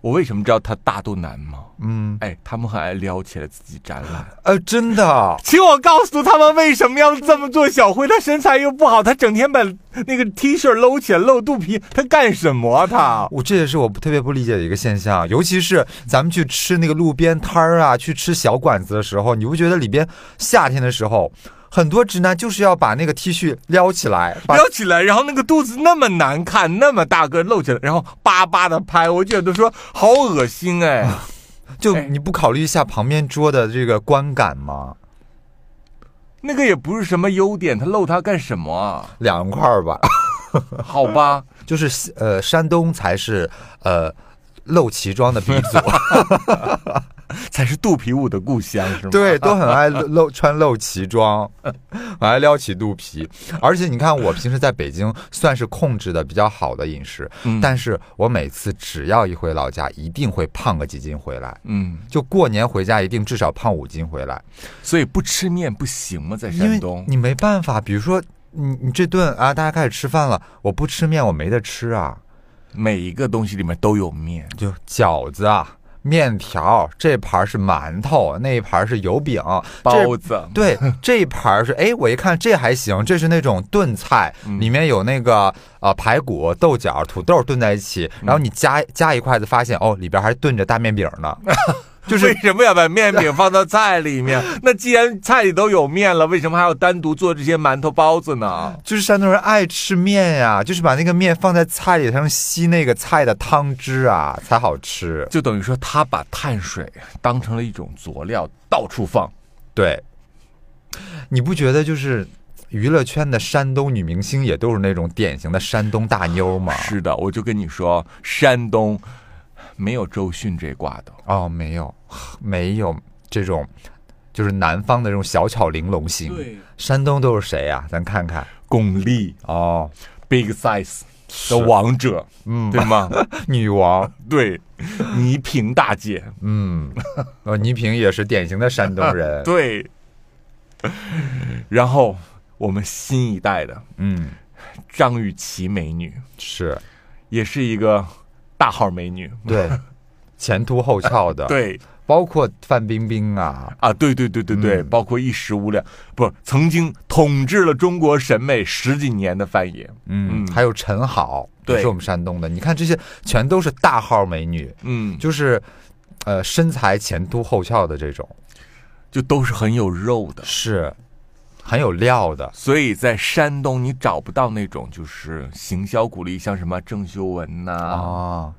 A: 我为什么知道他大肚腩吗？
B: 嗯，
A: 哎，他们很爱撩起来自己展 [laughs] 览。
B: 呃，真的，
A: 请我告诉他们为什么要这么做。小辉他身材又不好，他整天把那个 T 恤搂起来露肚皮，他干什么啊？他
B: 我这也是我特别不理解的一个现象，尤其是咱们去吃那个路边摊儿啊，去吃小馆子的时候，你不觉得里边夏天的时候，很多直男就是要把那个 T 恤撩起来，把
A: [laughs] 撩起来，然后那个肚子那么难看，那么大个露起来，然后巴巴的拍，我觉得说好恶心 [laughs] 哎。
B: 就
A: 哎
B: 你不考虑一下旁边桌的这个观感吗？
A: 那个也不是什么优点，他露他干什么啊？
B: 两块儿吧， [laughs]
A: 好 [laughs] 吧，
B: 就是呃，山东才是呃露脐装的鼻祖，
A: 才是肚皮舞的故乡是吗？
B: 对，都很爱露露穿露脐装， [laughs] 很爱撩起肚皮。而且你看，我平时在北京算是控制的比较好的饮食，
A: 嗯
B: 但是我每次只要一回老家，一定会胖个几斤回来。
A: 嗯，
B: 就过年回家一定至少胖五斤回来，
A: 所以不吃面不行吗？在
B: 因
A: 嗯山
B: 为
A: 东，
B: 你没办法，比如说你你这顿啊，大家开始吃饭了，我不吃面我没得吃啊，
A: 每一个东西里面都有面。
B: 就饺子啊、面条，这盘儿是馒头，那一盘儿是油饼、
A: 包
B: 这
A: 子，
B: 对，这一盘儿是哎，我一看这还行，这是那种炖菜，里面有那个呃排骨、豆角、土豆炖在一起，然后你夹夹一筷子，发现哦里边还炖着大面饼呢，就是
A: 为什么要把面饼放到菜里
B: [laughs]
A: 面？那既然菜里都有面了，为什么还要单独做这些馒头包子呢？
B: 就是山东人爱吃面呀、就是把那个面放在菜里，才能吸那个菜的汤汁啊，才好吃。
A: 就等于说，他把碳水当成了一种佐料，到处放。
B: 对，你不觉得就是娱乐圈的山东女明星也都是那种典型的山东大妞吗？
A: 是的，我就跟你说，山东没有周迅这挂的。
B: 哦，没有，没有这种，就是南方的这种小巧玲珑型。
A: 对，
B: 山东都是谁呀、咱看看。
A: 巩俐
B: 哦，
A: ，Big Size 的王者，嗯，对吗？
B: 女王，
A: 对，倪萍大姐，。，
B: 嗯，呃，倪萍也是典型的山东人
A: [laughs] 对。然后我们新一代的
B: 嗯，
A: 张雨绮美女，
B: 是，
A: 也是一个大号美女。
B: 对，前凸后翘
A: [laughs]
B: 的。，
A: 对
B: 包括范冰冰啊，
A: 啊，对对对对对，
B: 嗯
A: 包括一时无两，不，曾经统治了中国审美十几年的范爷，
B: 嗯，
A: 嗯
B: 还有陈好，也
A: 对
B: 是我们山东的。你看这些全都是大号美女，
A: 嗯，就
B: 就是呃身材前凸后翘的这种，
A: 就都是很有肉的。
B: 是很有料的。
A: 所以在山东你找不到那种就是行销鼓励，像什么郑秀文呐、
B: 啊，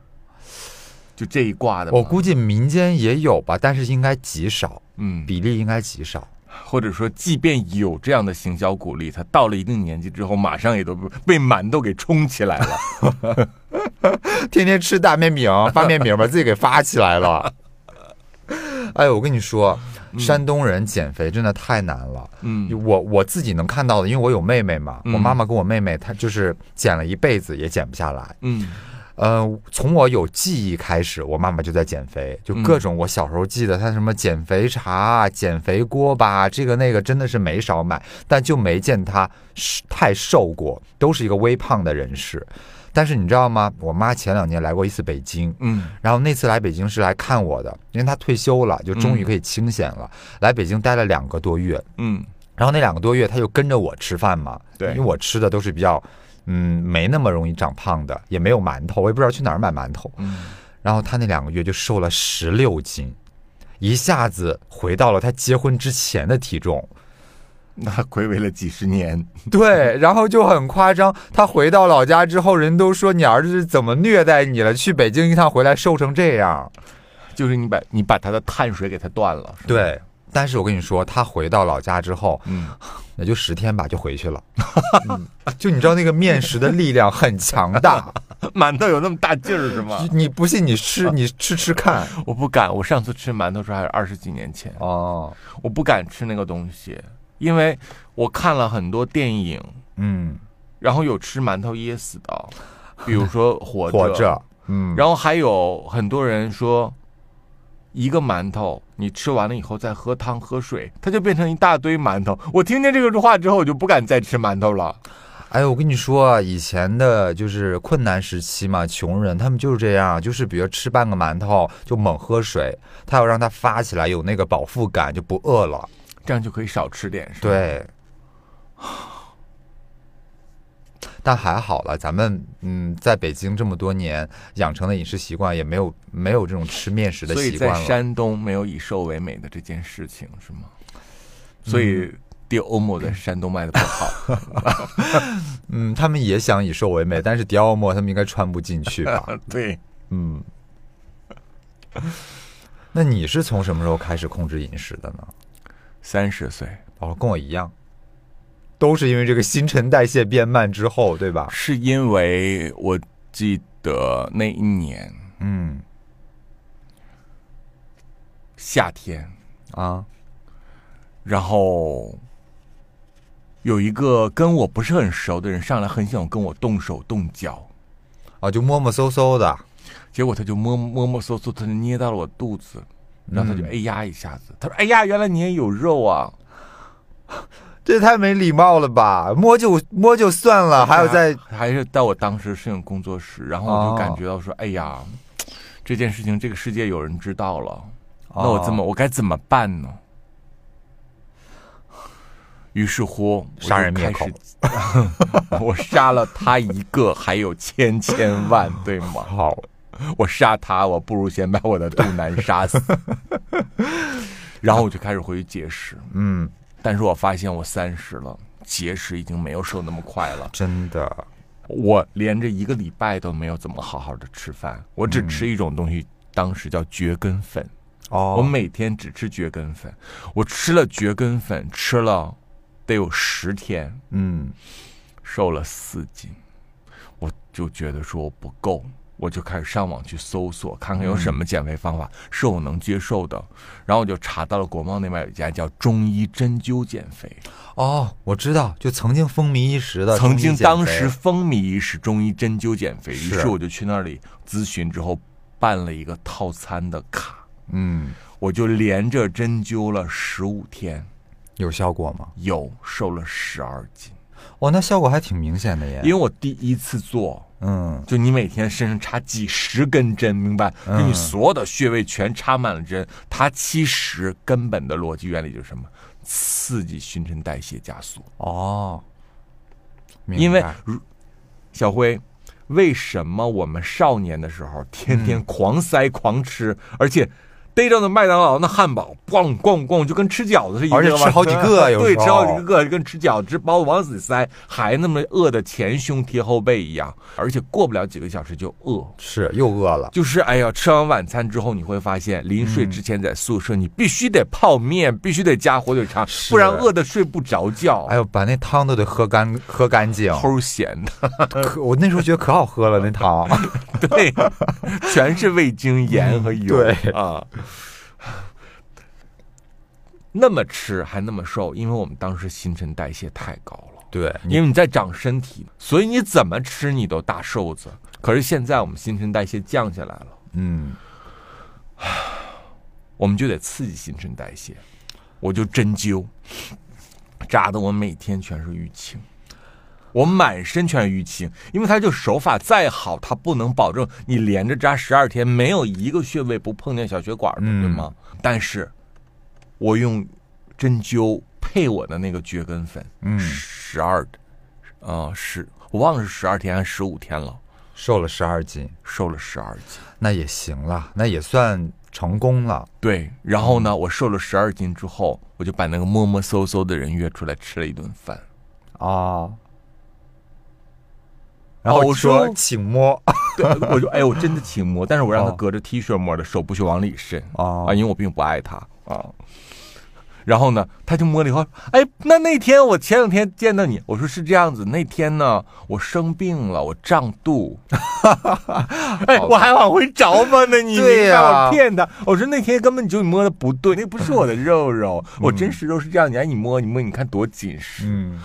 A: 就这一挂的嘛。
B: 我估计民间也有吧，但是应该极少，
A: 嗯，
B: 比例应该极少。
A: 或者说，即便有这样的行销鼓励，他到了一定年纪之后，马上也都被馒头给冲起来了。
B: [laughs] 天天吃大面饼、发面饼，把自己给发起来 [laughs] 了。哎呦，我跟你说，山东人减肥真的太难了。
A: 嗯
B: 我我自己能看到的，因为我有妹妹嘛，
A: 嗯
B: 我妈妈跟我妹妹，她就是减了一辈子也减不下来。
A: 嗯
B: 呃，从我有记忆开始，我妈妈就在减肥，就各种我小时候记得她什么减肥茶啊、减肥锅巴，这个那个真的是没少买，但就没见她是太瘦过，都是一个微胖的人士。但是你知道吗？我妈前两年来过一次北京，
A: 嗯
B: 然后那次来北京是来看我的，因为她退休了，就终于可以清闲了。来北京待了两个多月，
A: 嗯
B: 然后那两个多月她就跟着我吃饭嘛，
A: 对
B: 因为我吃的都是比较，嗯，没那么容易长胖的，也没有馒头，我也不知道去哪儿买馒头。
A: 嗯，
B: 然后她那两个月就瘦了十六斤，一下子回到了她结婚之前的体重。
A: 那暌违了几十年。
B: [laughs] [laughs] 对，然后就很夸张。她回到老家之后，人都说你儿子是怎么虐待你了？去北京一趟回来瘦成这样。
A: 就是你把你把他的碳水给他断了，是吧，
B: 对，但是我跟你说，她回到老家之后，
A: 嗯，
B: 也就十天吧，就回去了。嗯 [laughs] 就你知道那个面食的力量很强大，
A: 馒头有那么大劲儿是吗
B: 你？你不信你吃，你吃吃看。
A: [laughs] 我不敢，我上次吃馒头时候还是二十几年前，
B: 哦，
A: 我不敢吃那个东西，因为我看了很多电影，
B: 嗯，
A: 然后有吃馒头噎死的，比如说 [laughs] 活着，
B: 活着，嗯，
A: 然后还有很多人说，一个馒头你吃完了以后再喝汤喝水，它就变成一大堆馒头。我听见这个话之后，我就不敢再吃馒头了。
B: 哎，我跟你说啊，以前的就是困难时期嘛，穷人他们就是这样，就是比如吃半个馒头就猛喝水，他要让它发起来有那个饱腹感，就不饿了。
A: 这样就可以少吃点，是吧？
B: 对， [sighs] 但还好了，咱们嗯，在北京这么多年养成的饮食习惯，也没有没有这种吃面食的
A: 所以
B: 习
A: 在
B: 惯了。
A: 山东没有以瘦为美的这件事情是吗？所以 d i o m o 在山东卖的不
B: [laughs]
A: 好，
B: 嗯，他们也想以瘦为美，但是迪奥莫他们应该穿不进去
A: [laughs]
B: 吧？
A: 对，
B: 嗯。那你是从什么时候开始控制饮食的呢？
A: 三十岁
B: 哦，跟我一样，都是因为这个新陈代谢变慢之后，对吧？
A: 是因为我记得那一年
B: 嗯
A: 夏天，
B: 啊，
A: 然后有一个跟我不是很熟的人上来，很想跟我动手动脚，
B: 啊，就摸摸搜搜的，
A: 结果他就摸摸摸索索，他就捏到了我肚子，然后他就
B: 嗯
A: 哎呀一下子，他说哎呀，原来你也有肉啊，
B: 这也太没礼貌了吧！摸就摸就算了，还有在
A: 还是在我当时摄影工作室，然后我就感觉到说，哎呀，这件事情这个世界有人知道了，
B: 哦
A: 那我怎么、我该怎么办呢？于是乎，我就
B: 杀人灭口
A: 开始， [laughs] 我杀了他一个，还有千千
B: [laughs]
A: 万，对吗？
B: 好？
A: 我杀他，我不如先把我的肚腩杀
B: [laughs]
A: 死。然后我就开始回去节食，
B: 嗯，
A: 但是我发现我三十了，节食已经没有瘦那么快了。
B: 真的，
A: 我连着一个礼拜都没有怎么好好的吃饭，我
B: 嗯
A: 只吃一种东西，当时叫蕨根粉。
B: 哦
A: 我每天只吃蕨根粉，我吃了蕨根粉，吃了得有十天，
B: 嗯，
A: 瘦了四斤，我就觉得说不够，我就开始上网去搜索，看
B: 嗯
A: 看有什么减肥方法是我能接受的。然后我就查到了国贸那边有一家叫中医针灸减肥，
B: 哦，我知道，就曾经风靡一时的呃中医
A: 曾经
B: 减肥，
A: 当时风靡一时中医针灸减肥，于
B: 是
A: 是我就去那里咨询之后办了一个套餐的卡，
B: 嗯，
A: 我就连着针灸了十五天，
B: 有效果吗？
A: 有瘦了十二斤，
B: 哦，那效果还挺明显的耶。
A: 因为我第一次做。
B: 嗯，
A: 就你每天身上插几十根针，明白？就你所有的穴位全插满了针，它其实根本的逻辑原理就是什么？刺激新陈代谢加速。
B: 哦，明白
A: 因为如小辉，
B: 嗯
A: 为什么我们少年的时候天天狂塞狂吃，而且逮着那麦当劳那汉堡，咣咣咣，就跟吃饺子是一样
B: 而且吃好几
A: [laughs]
B: 个有
A: 对，
B: 时
A: 吃好
B: 候
A: 几个，跟吃饺子把我往死塞，还那么饿的前胸贴后背一样，而且过不了几个小时就饿。
B: 是又饿了，
A: 就是哎呀，吃完晚餐之后，你会发现临睡
B: 嗯
A: 之前在宿舍，你必须得泡面，必须得加火腿肠，
B: 是
A: 不然饿的睡不着觉，
B: 哎呦，把那汤都得喝干喝干净。
A: 齁咸的，
B: 可我那时候觉得可好喝了那
A: [laughs]
B: 汤，
A: 对，全是味精、盐和油，
B: 对
A: 啊。那么吃还那么瘦，因为我们当时新陈代谢太高了，
B: 对，你
A: 因为你在长身体，所以你怎么吃你都大瘦子。可是现在我们新陈代谢降下来了，
B: 嗯，
A: [sighs] 我们就得刺激新陈代谢，我就针灸，扎的我每天全是淤青，我满身全是淤青，因为它就手法再好，它不能保证你连着扎十二天没有一个穴位不碰见小血管的，
B: 嗯
A: 对吗？但是，我用针灸配我的那个蕨根粉，
B: 嗯
A: 十二，啊，十，我忘了是十二天还是十五天了，
B: 瘦了十二斤，
A: 瘦了十二斤。
B: 那也行了，那也算成功了。
A: 对，然后呢，我瘦了十二斤之后，我就把那个摸摸搜搜的人约出来吃了一顿饭。
B: 啊。然后
A: 哦我
B: 说
A: 说
B: 请摸，
A: 对，我就哎，我真的挺摸，但是我让他
B: 哦
A: 隔着 T 恤摸的，手不许往里伸
B: 哦
A: 啊，因为我并不爱他啊。然后呢，他就摸了以后，哎，那那天我前两天见到你，我说是这样子，那天呢，我生病了，我胀肚， [laughs] 哎，我还往回找吗？那 [laughs] 你
B: 对呀
A: 你看我骗他，我说那天根本就你摸的不对，那不是我的肉肉，我真实肉是这样，你让你摸，你摸，你看多紧实。
B: 嗯，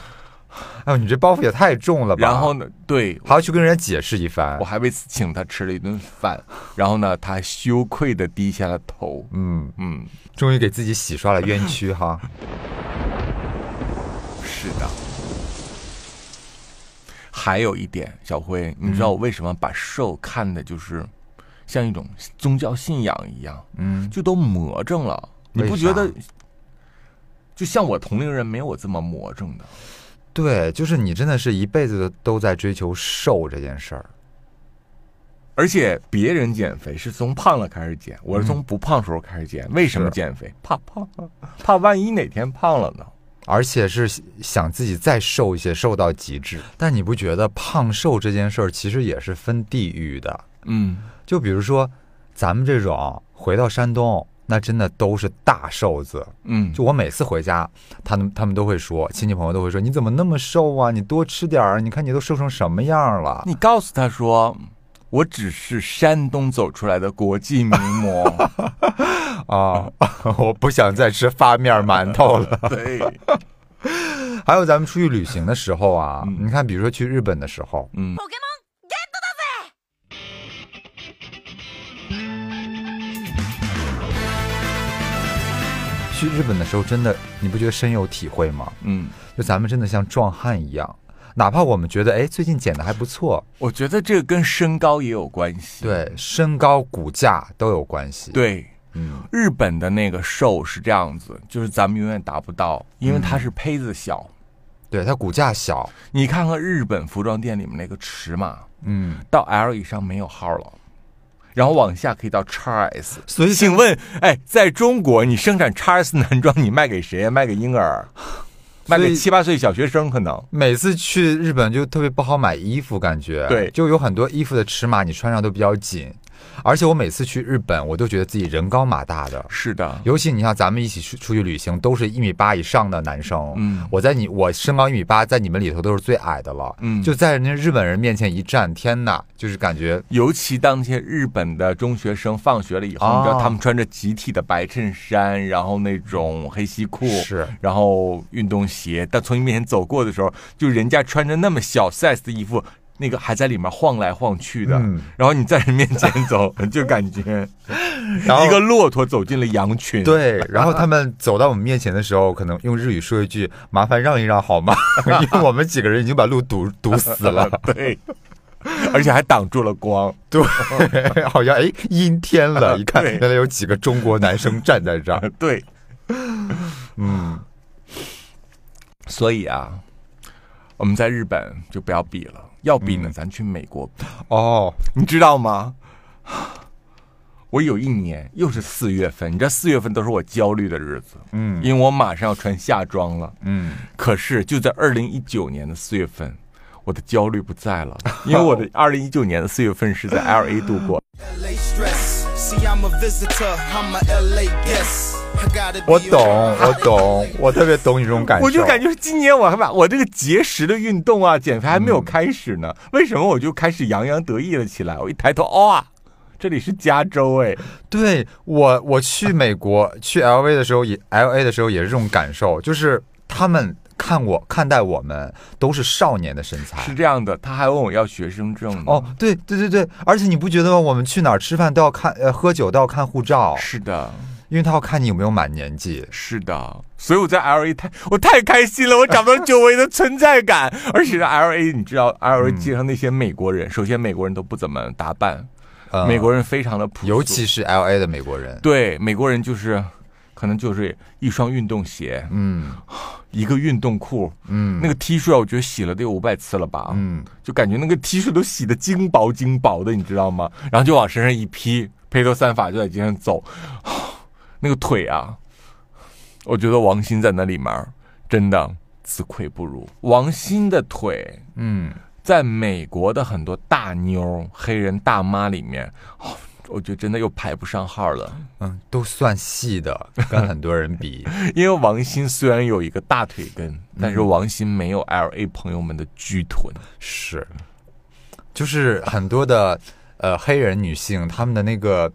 B: 哎呦，你这包袱也太重了吧？
A: 然后呢，对
B: 还要去跟人家解释一番
A: 我，还为此请他吃了一顿饭，然后呢，他还羞愧的低下了头。
B: 嗯，
A: 嗯，
B: 终于给自己洗刷了冤屈哈。
A: 是的。还有一点，小辉，你知
B: 嗯
A: 道我为什么把瘦看的就是像一种宗教信仰一样，
B: 嗯，
A: 就都魔怔了？你
B: 为
A: 不觉得
B: 啥？
A: 就像我同龄人没有我这么魔怔的，
B: 对，就是你真的是一辈子都在追求瘦这件事儿，
A: 而且别人减肥是从胖了开始减，我是从不胖时候开始减。为什么
B: 嗯是
A: 减肥？怕胖，怕万一哪天胖了呢？
B: 而且是想自己再瘦一些，瘦到极致。但你不觉得胖瘦这件事儿其实也是分地域的？
A: 嗯，
B: 就比如说咱们这种回到山东，那真的都是大瘦子。
A: 嗯，
B: 就我每次回家，他们他们都会说，亲戚朋友都会说，你怎么那么瘦啊？你多吃点儿，你看你都瘦成什么样了？
A: 你告诉他说，我只是山东走出来的国际名
B: [laughs]
A: 模。
B: 啊， [laughs] 我不想再吃发面馒头
A: [laughs]
B: 了。
A: 对，
B: 还有咱们出去旅行的时候啊，你看，比如说去日本的时候，
A: 嗯，
B: 去日本的时候，真的你不觉得深有体会吗？
A: 嗯，
B: 就咱们真的像壮汉一样，哪怕我们觉得哎最近减的还不错，
A: 我觉得这个跟身高也有关系。
B: 对身高骨架都有关系。，
A: 对，
B: 嗯，
A: 日本的那个瘦是这样子，就是咱们永远达不到，因为它是胚子小。
B: 嗯对，它骨架小，
A: 你看看日本服装店里面那个尺码，
B: 嗯，
A: 到 L 以上没有号了。然后往下可以到 x S，
B: 所以
A: 请问，哎，在中国你生产 x S 男装，你卖给谁呀？卖给婴儿，卖
B: 所
A: 给
B: 以
A: 七八岁小学生可能。
B: 每次去日本就特别不好买衣服，感觉
A: 对
B: 就有很多衣服的尺码你穿上都比较紧，而且我每次去日本，我都觉得自己人高马大的。
A: 是的，
B: 尤其你像咱们一起去出去旅行，都是一米八以上的男生。
A: 嗯
B: 我在你我身高一米八，在你们里头都是最矮的了。
A: 嗯
B: 就在人家日本人面前一站，天哪，就是感觉
A: 尤其当那些日本的中学生放学了以后，
B: 啊
A: 你知道他们穿着集体的白衬衫，然后那种黑西裤，
B: 是
A: 然后运动鞋，但从你面前走过的时候，就人家穿着那么小 size 的衣服，那个还在里面晃来晃去的，
B: 嗯
A: 然后你在人面前走，就感觉
B: [laughs] 然后
A: 一个骆驼走进了羊群。，
B: 对。 [laughs] 然后他们走到我们面前的时候，可能用日语说一句“麻烦让一让好吗？” [laughs] 因为我们几个人已经把路堵堵死了。
A: 对，而且还挡住了光。
B: 对， [laughs] 好像哎阴天了，一看
A: 啊对
B: 原来有几个中国男生站在
A: [laughs]
B: 这儿。
A: 对，嗯，
B: 嗯
A: 所以啊，我们在日本就不要比
B: 嗯
A: 了，要比呢，咱去美国比，
B: 哦，
A: 你知道吗？我有一年又是四月份，你知道四月份都是我焦虑的日子，
B: 嗯
A: 因为我马上要穿夏装了。
B: 嗯，
A: 可是就在二零一九年的四月份，我的焦虑不在了，因为我
B: [laughs]
A: 的二零一九年的四月份是在 L A 度过。
G: LA stress. See, I'm a visitor, I'm a LA guest. I gotta
B: 我
G: be
B: 懂，
G: around
B: 我懂，我特别懂你这种感受。嗯
A: 我就感觉是今年我还把我这个节食的运动啊，减肥还没有开始呢，为什么我就开始洋洋得意了起来？我一抬头，哦啊，这里是加州哎，
B: 对我，我去美国去 L A 的时候也 L A 的时候也是这种感受，就是他们看我看待我们都是少年的身材
A: 是。这样的，他还问我要学生证呢。
B: 哦，，对对对对，而且你不觉得我们去哪儿吃饭都要看呃喝酒都要看护照，
A: 是的，
B: 因为他要看你有没有满年纪。
A: 是的，所以我在 L A 太我太开心了，我找到久违的存在
B: [laughs]
A: 感。而且 L A 你知道 L A
B: 嗯
A: 街上那些美国人，首先美国人都不怎么打扮，
B: 呃，
A: 美国人非常的朴素，
B: 尤其是 L A 的美国人，
A: 对美国人就是可能就是一双运动鞋，
B: 嗯
A: 一个运动裤，
B: 嗯
A: 那个 T 恤啊我觉得洗了得有五百次了吧，
B: 嗯，
A: 就感觉那个 T 恤都洗的精薄精薄的，你知道吗？然后就往身上一披，披头散发就在街上走， [sighs] 那个腿啊，我觉得王鑫在那里面儿真的自愧不如。王鑫的腿
B: 嗯
A: 在美国的很多大妞儿、黑人大妈里面，哦我觉得真的又排不上号了。
B: 嗯，都算细的，跟很多
A: [laughs]
B: 人比，
A: 因为王鑫虽然有一个大腿根，但
B: 嗯
A: 是王鑫没有 L A 朋友们的巨臀。，
B: 是，就是很多的呃黑人女性，她们的那个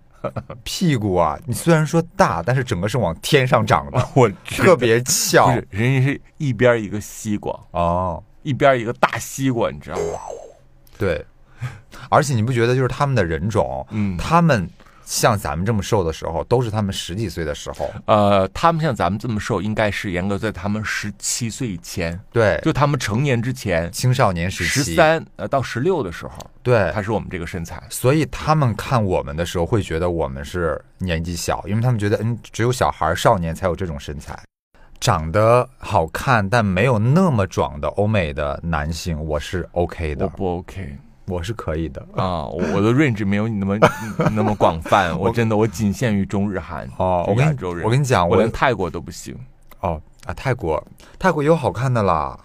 B: 屁股啊，你虽然说大，但是整个是往天上长的
A: [laughs] 我
B: 特别翘
A: [laughs] 不是，人家是一边儿一个西瓜，
B: 哦。
A: 一边儿一个大西瓜，你知道吗？
B: 对，而且你不觉得就是他们的人种，
A: 嗯
B: 他们像咱们这么瘦的时候，都是他们十几岁的时候，
A: 呃，他们像咱们这么瘦，应该是严格在他们十七岁以前，
B: 对，
A: 就他们成年之
B: [laughs]
A: 前，
B: 青少年时
A: 十
B: 期，
A: 三呃到十六的时候，
B: 对
A: 他，是我们这个身材。
B: 所以他们看我们的时候会觉得我们是年纪小，因为他们觉得嗯，只有小孩儿、少年才有这种身材。长得好看但没有那么壮的欧美的男性，我是 OK
A: 我
B: 的，
A: 不 OK
B: 我是可以的。
A: 啊，我我的 range 没有你那么那么广
B: [laughs]
A: 泛，我真的我仅限于中日韩
B: 哦
A: 就
B: 我跟
A: 亚
B: 你
A: 洲人，
B: 我跟你讲
A: 我
B: 我
A: 连泰国都不行。
B: 哦啊，泰国，泰国有好看的啦。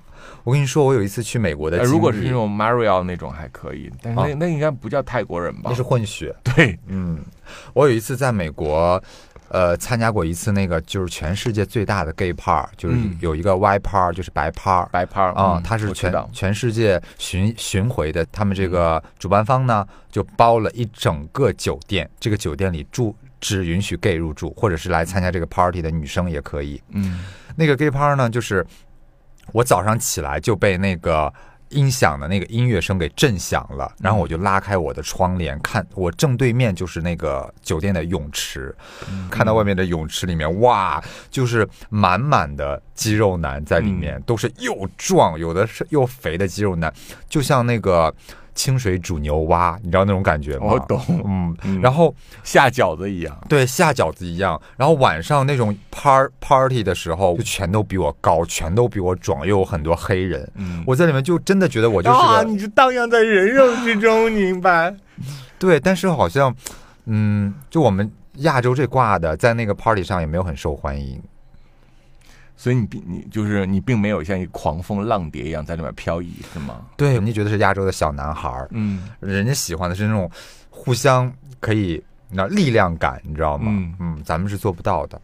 B: 我跟你说，我有一次去美国的
A: 呃
B: 经历，
A: 如果是那种 Mario 那种还可以，但是那
B: 啊
A: 那应该不叫泰国人吧
B: 那？是混血，
A: 对，
B: 嗯，我有一次在美国，呃，参加过一次那个就是全世界最大的 gay par，就是
A: 嗯
B: 有一个 white par，就是白 par，
A: 白胖嗯
B: 啊、它是
A: 我知
B: 全
A: 道
B: 全世界巡巡回的，他们这个主办方呢就包了一整个酒店，这个酒店里住只允许 gay 入住，或者是来参加这个 party 的女生也可以。
A: 嗯
B: 那个 gay par 呢，就是我早上起来就被那个音响的那个音乐声给震响了，然后我就拉开我的窗帘，看我正对面就是那个酒店的泳池，
A: 嗯
B: 看到外面的泳池里面，哇，就是满满的肌肉男在里
A: 嗯
B: 面，都是又壮，有的是又肥的肌肉男，就像那个清水煮牛蛙，你知道那种感觉吗？
A: 我懂
B: 嗯，然后。
A: 下饺子一样。
B: 对，下饺子一样。然后晚上那种 par party 的时候，就全都比我高，全都比我壮，又有很多黑人。我在里面就真的觉得我就是个、
A: 啊，你就荡漾在人肉之中，你明白？
B: 对，但是好像，嗯，就我们亚洲这挂的，在那个 party 上也没有很受欢迎。
A: [laughs] 所以你并你就是你并没有像一个狂风浪蝶一样在里面漂移，是吗？
B: 对，你觉得是亚洲的小男孩儿，
A: 嗯，
B: 人家喜欢的是那种互相可以那力量感，你知道吗？
A: 嗯
B: 嗯，咱们是做不到的。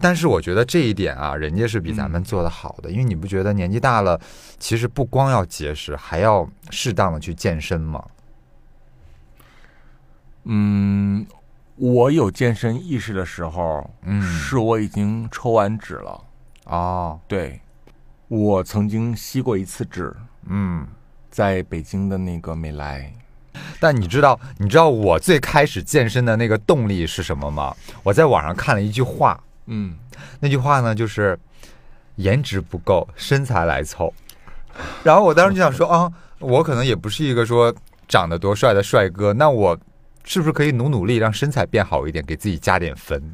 B: 但是我觉得这一点啊，人家是比咱们做的好的，因为你不觉得年纪大了，其实不光要节食，还要适当的去健身吗？
A: 我有健身意识的时候，
B: 嗯
A: 是我已经抽完脂了。
B: 哦，
A: 对，我曾经吸过一次脂，
B: 嗯。
A: 在北京的那个美莱。
B: 但你知道，你知道我最开始健身的那个动力是什么吗？我在网上看了一句话，
A: 嗯，
B: 那句话呢就是“颜值不够，身材来凑”。然后我当时就想说啊，我可能也不是一个说长得多帅的帅哥，那我是不是可以努努力让身材变好一点，给自己加点分？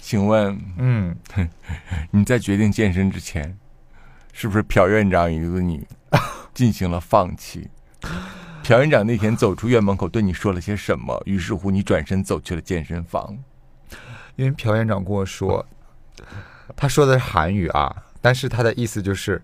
A: 请问
B: 嗯，
A: 你在决定健身之前，是不是朴院长有一个你进行了放弃。朴院长那天走出院门口对你说了些什么？于是乎，你转身走去了健身房。
B: 因为朴院长跟我说，他说的是韩语啊，但是他的意思就是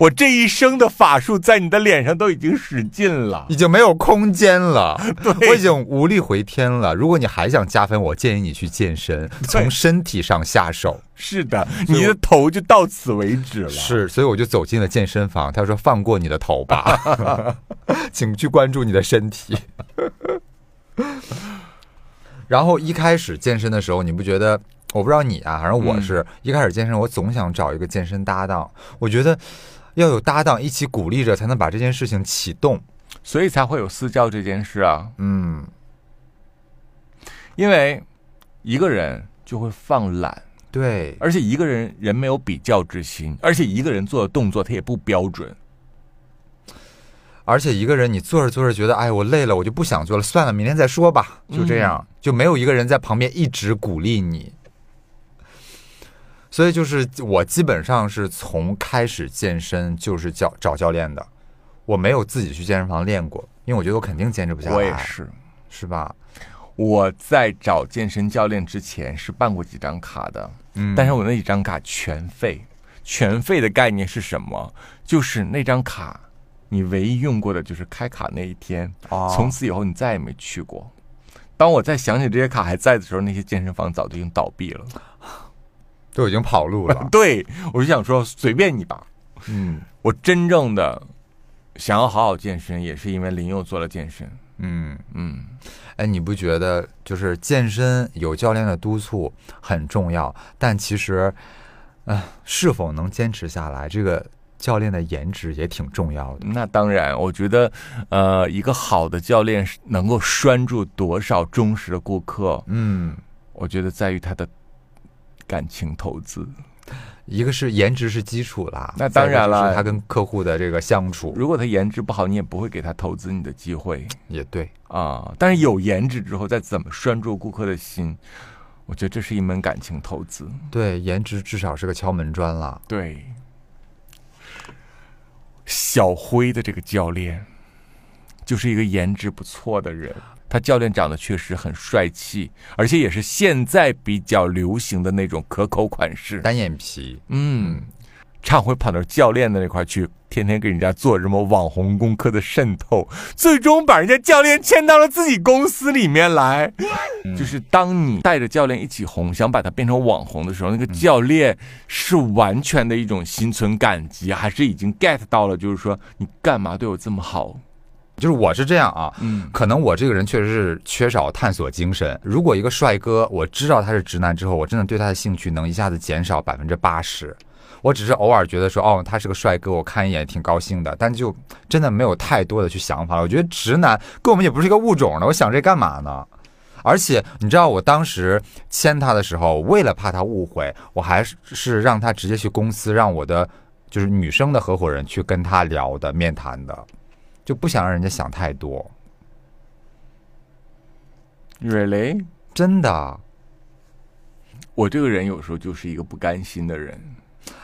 A: 我这一生的法术在你的脸上都已经使尽了
B: [laughs] 已。经没有空间了，我已经无力回天了。如果你还想加分，我建议你去健身，从身体上下手。
A: 是的，你的头就到此为止了。
B: 是，所以我就走进了健身房。他说：“放过你的头吧， [laughs] 请去关注你的身体。”然后一开始健身的时候，你不觉得？我不知道你啊，反正我是、一开始健身，我总想找一个健身搭档。我觉得要有搭档一起鼓励着，才能把这件事情启动。
A: 所以才会有私教这件事啊。
B: 嗯，
A: 因为一个人就会放懒，
B: 对，
A: 而且一个人人没有比较之心，而且一个人做的动作他也不标准。
B: 而且一个人你做着做着觉得，哎，我累了，我就不想做了，算了，明天再说吧，
A: 嗯
B: 就这样，就没有一个人在旁边一直鼓励你。所以就是我基本上是从开始健身就是教找教练的，我没有自己去健身房练过，因为我觉得我肯定坚持不下来，
A: 我也是，
B: 是吧？
A: 我在找健身教练之前是办过几张卡的，
B: 嗯
A: 但是我那几张卡全废。全废的概念是什么？就是那张卡，你唯一用过的就是开卡那一天，
B: 哦
A: 从此以后你再也没去过。当我再想起这些卡还在的时候，那些健身房早就已经倒闭了。，
B: 都已经跑路了
A: [laughs] 对，我就想说随便你吧。
B: 嗯
A: 我真正的想要好好健身，也是因为林佑做了健身。
B: 嗯。
A: 嗯，
B: 哎，你不觉得就是健身有教练的督促很重要？但其实，呃，是否能坚持下来，这个教练的颜值也挺重要的。
A: 那当然，我觉得，呃，一个好的教练是能够拴住多少忠实的顾客，
B: 嗯，
A: 我觉得在于他的感情投资。
B: 一个是颜值是基础啦，
A: 那
B: 再一
A: 当
B: 个
A: 然
B: 就是
A: 啦
B: 他跟客户的这个相处
A: 如果他颜值不好，你也不会给他投资你的机会
B: 也对。
A: 啊。但是有颜值之后，再怎么拴住顾客的心，我觉得这是一门感情投资。
B: 对，颜值至少是个敲门砖啦。
A: 对，小辉的这个教练就是一个颜值不错的人，他教练长得确实很帅气，而且也是现在比较流行的那种可口款式。
B: 单眼皮，
A: 嗯，常会跑到教练的那块去，天天给人家做什么网红功课的渗透，最终把人家教练签到了自己公司里面来。就是当你带着教练一起红，想把他变成网红的时候，那个教练是完全的一种心存感激，还是已经 get 到了，就是说你干嘛对我这么好？
B: 就是我是这样啊，
A: 嗯
B: 可能我这个人确实是缺少探索精神。如果一个帅哥，我知道他是直男之后，我真的对他的兴趣能一下子减少百分之八十。我只是偶尔觉得说，哦，他是个帅哥，我看一眼挺高兴的，但就真的没有太多的去想法了。我觉得直男跟我们也不是一个物种的，我想这干嘛呢？而且你知道，我当时签他的时候，为了怕他误会，我还是是让他直接去公司，让我的就是女生的合伙人去跟他聊的面谈的，就不想让人家想太多。
A: ，really？
B: 真的，
A: 我这个人有时候就是一个不甘心的人，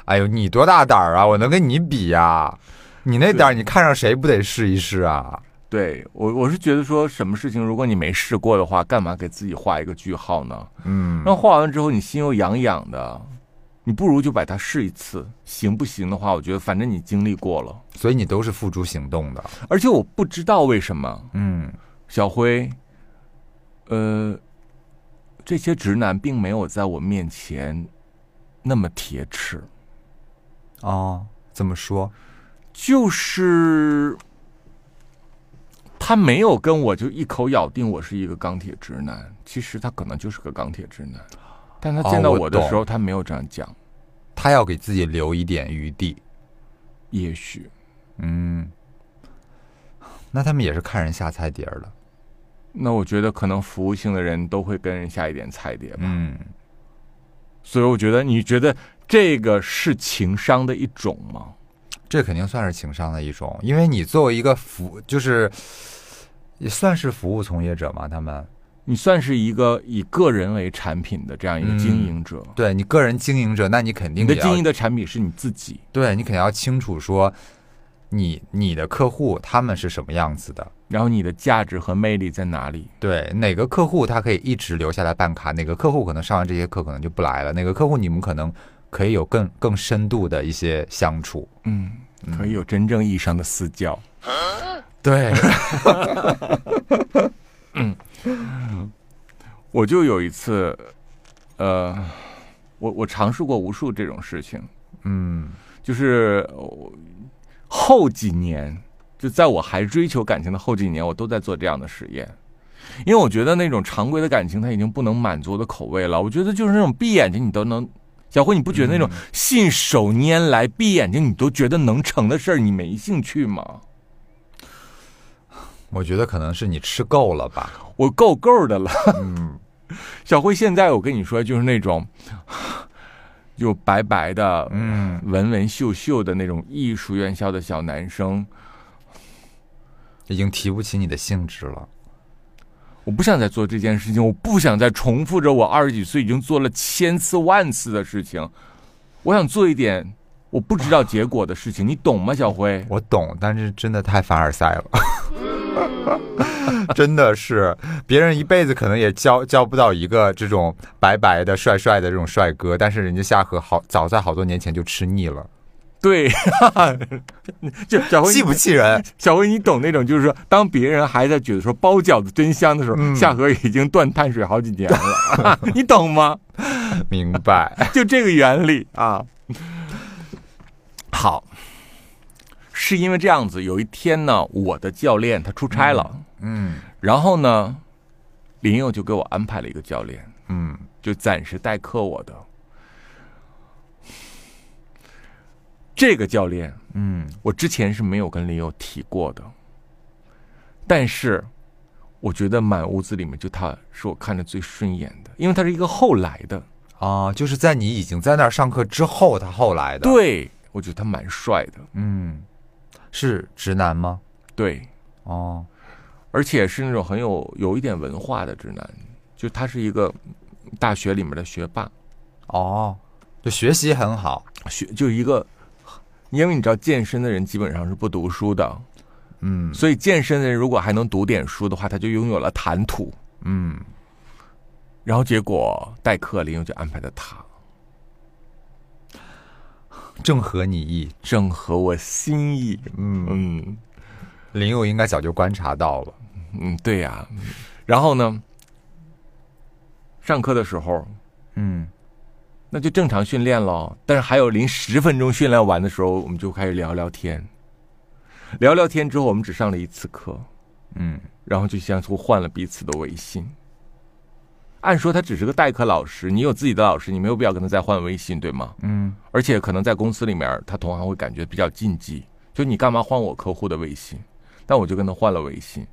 B: 哎呦，你多大胆儿啊！我能跟你比呀、你那胆儿，你看上谁不得试一试啊？
A: 对我，我是觉得说什么事情，如果你没试过的话，干嘛给自己画一个句号呢？
B: 嗯，
A: 那画完之后你心又痒痒的，你不如就把它试一次，行不行的话，我觉得反正你经历过了，
B: 所以你都是付诸行动的。
A: 而且我不知道为什么
B: 嗯，
A: 小辉，呃，这些直男并没有在我面前那么铁齿，
B: 哦，怎么说？
A: 就是他没有跟我就一口咬定我是一个钢铁直男，其实他可能就是个钢铁直男，但他见到
B: 哦我
A: 我的
B: 懂
A: 时候，他没有这样讲，
B: 他要给自己留一点余地。
A: 也许。
B: 嗯，那他们也是看人下菜碟儿的。
A: 那我觉得可能服务性的人都会跟人下一点菜碟吧，
B: 嗯，
A: 所以我觉得你觉得这个是情商的一种吗？
B: 这肯定算是情商的一种，因为你作为一个服，就是也算是服务从业者嘛，他们
A: 你算是一个以个人为产品的这样一个
B: 嗯
A: 经营者，
B: 对你个人经营者，那你肯定
A: 你的
B: 也要
A: 经营的产品是你自己，
B: 对你肯定要清楚说，你你的客户他们是什么样子的，
A: 然后你的价值和魅力在哪里？
B: 对哪个客户他可以一直留下来办卡，哪个客户可能上完这些课可能就不来了，哪个客户你们可能可以有更更深度的一些相处。
A: 嗯，可以有真正意义上的私教。
B: 对，
A: 我就有一次，呃，我我尝试过无数这种事情，
B: 嗯
A: 就是我后几年，就在我还追求感情的后几年，我都在做这样的实验，因为我觉得那种常规的感情，它已经不能满足我的口味了。我觉得就是那种闭眼睛你都能，小辉，你不觉得那种信手拈来、闭眼睛你都觉得能成的事儿，你没兴趣吗？
B: [laughs] 我觉得可能是你吃够了吧。
A: 我够够的了。
B: 嗯
A: [laughs] 小辉，现在我跟你说，就是那种 [sighs] 就白白的，
B: 嗯，
A: 文文秀秀的那种艺术院校的小男生，
B: 已经提不起你的兴致了。
A: 我不想再做这件事情，我不想再重复着我二十几岁已经做了千次万次的事情，我想做一点我不知道结果的事情，你懂吗，小辉？
B: 我懂，但是真的太凡尔赛了， [laughs] 真的是别人一辈子可能也交交不到一个这种白白的、帅帅的这种帅哥，但是人家夏荷好早在好多年前就吃腻了，
A: 对， [laughs] 就小辉，
B: 气不气人？
A: 小辉，你懂那种，就是说，当别人还在觉得说包饺子真香的时候，夏河已经断碳水好几年了， [laughs] 你懂吗？
B: 明白？
A: 就这个原理啊。好，是因为这样子，有一天呢，我的教练他出差了，
B: 嗯
A: 然后呢，林佑就给我安排了一个教练，
B: 嗯，
A: 就暂时代课我的。这个教练，
B: 嗯，
A: 我之前是没有跟林佑提过的，但是我觉得满屋子里面就他是我看着最顺眼的，因为他是一个后来的，
B: 啊，就是在你已经在那儿上课之后，他后来的，，
A: 对我觉得他蛮帅的，
B: 嗯，是直男吗？
A: 对，
B: 哦，
A: 而且是那种很有有一点文化的直男，就他是一个大学里面的学霸，
B: 哦，就学习很好，
A: 学就一个，因为你知道健身的人基本上是不读书的，
B: 嗯
A: 所以健身的人如果还能读点书的话，他就拥有了谈吐。
B: 嗯，
A: 然后结果代课林佑就安排的他，
B: 正合你意。
A: 正合我心意。嗯嗯
B: 林佑应该早就观察到了，
A: 嗯，对呀、然后呢，上课的时候
B: 嗯。
A: 那就正常训练喽。但是还有临十分钟训练完的时候，我们就开始聊聊天。聊聊天之后，我们只上了一次课，
B: 嗯
A: 然后就相互换了彼此的微信。按说他只是个代课老师，你有自己的老师，你没有必要跟他再换微信，对吗？
B: 嗯
A: 而且可能在公司里面，他同行会感觉比较禁忌，就你干嘛换我客户的微信？但我就跟他换了微信，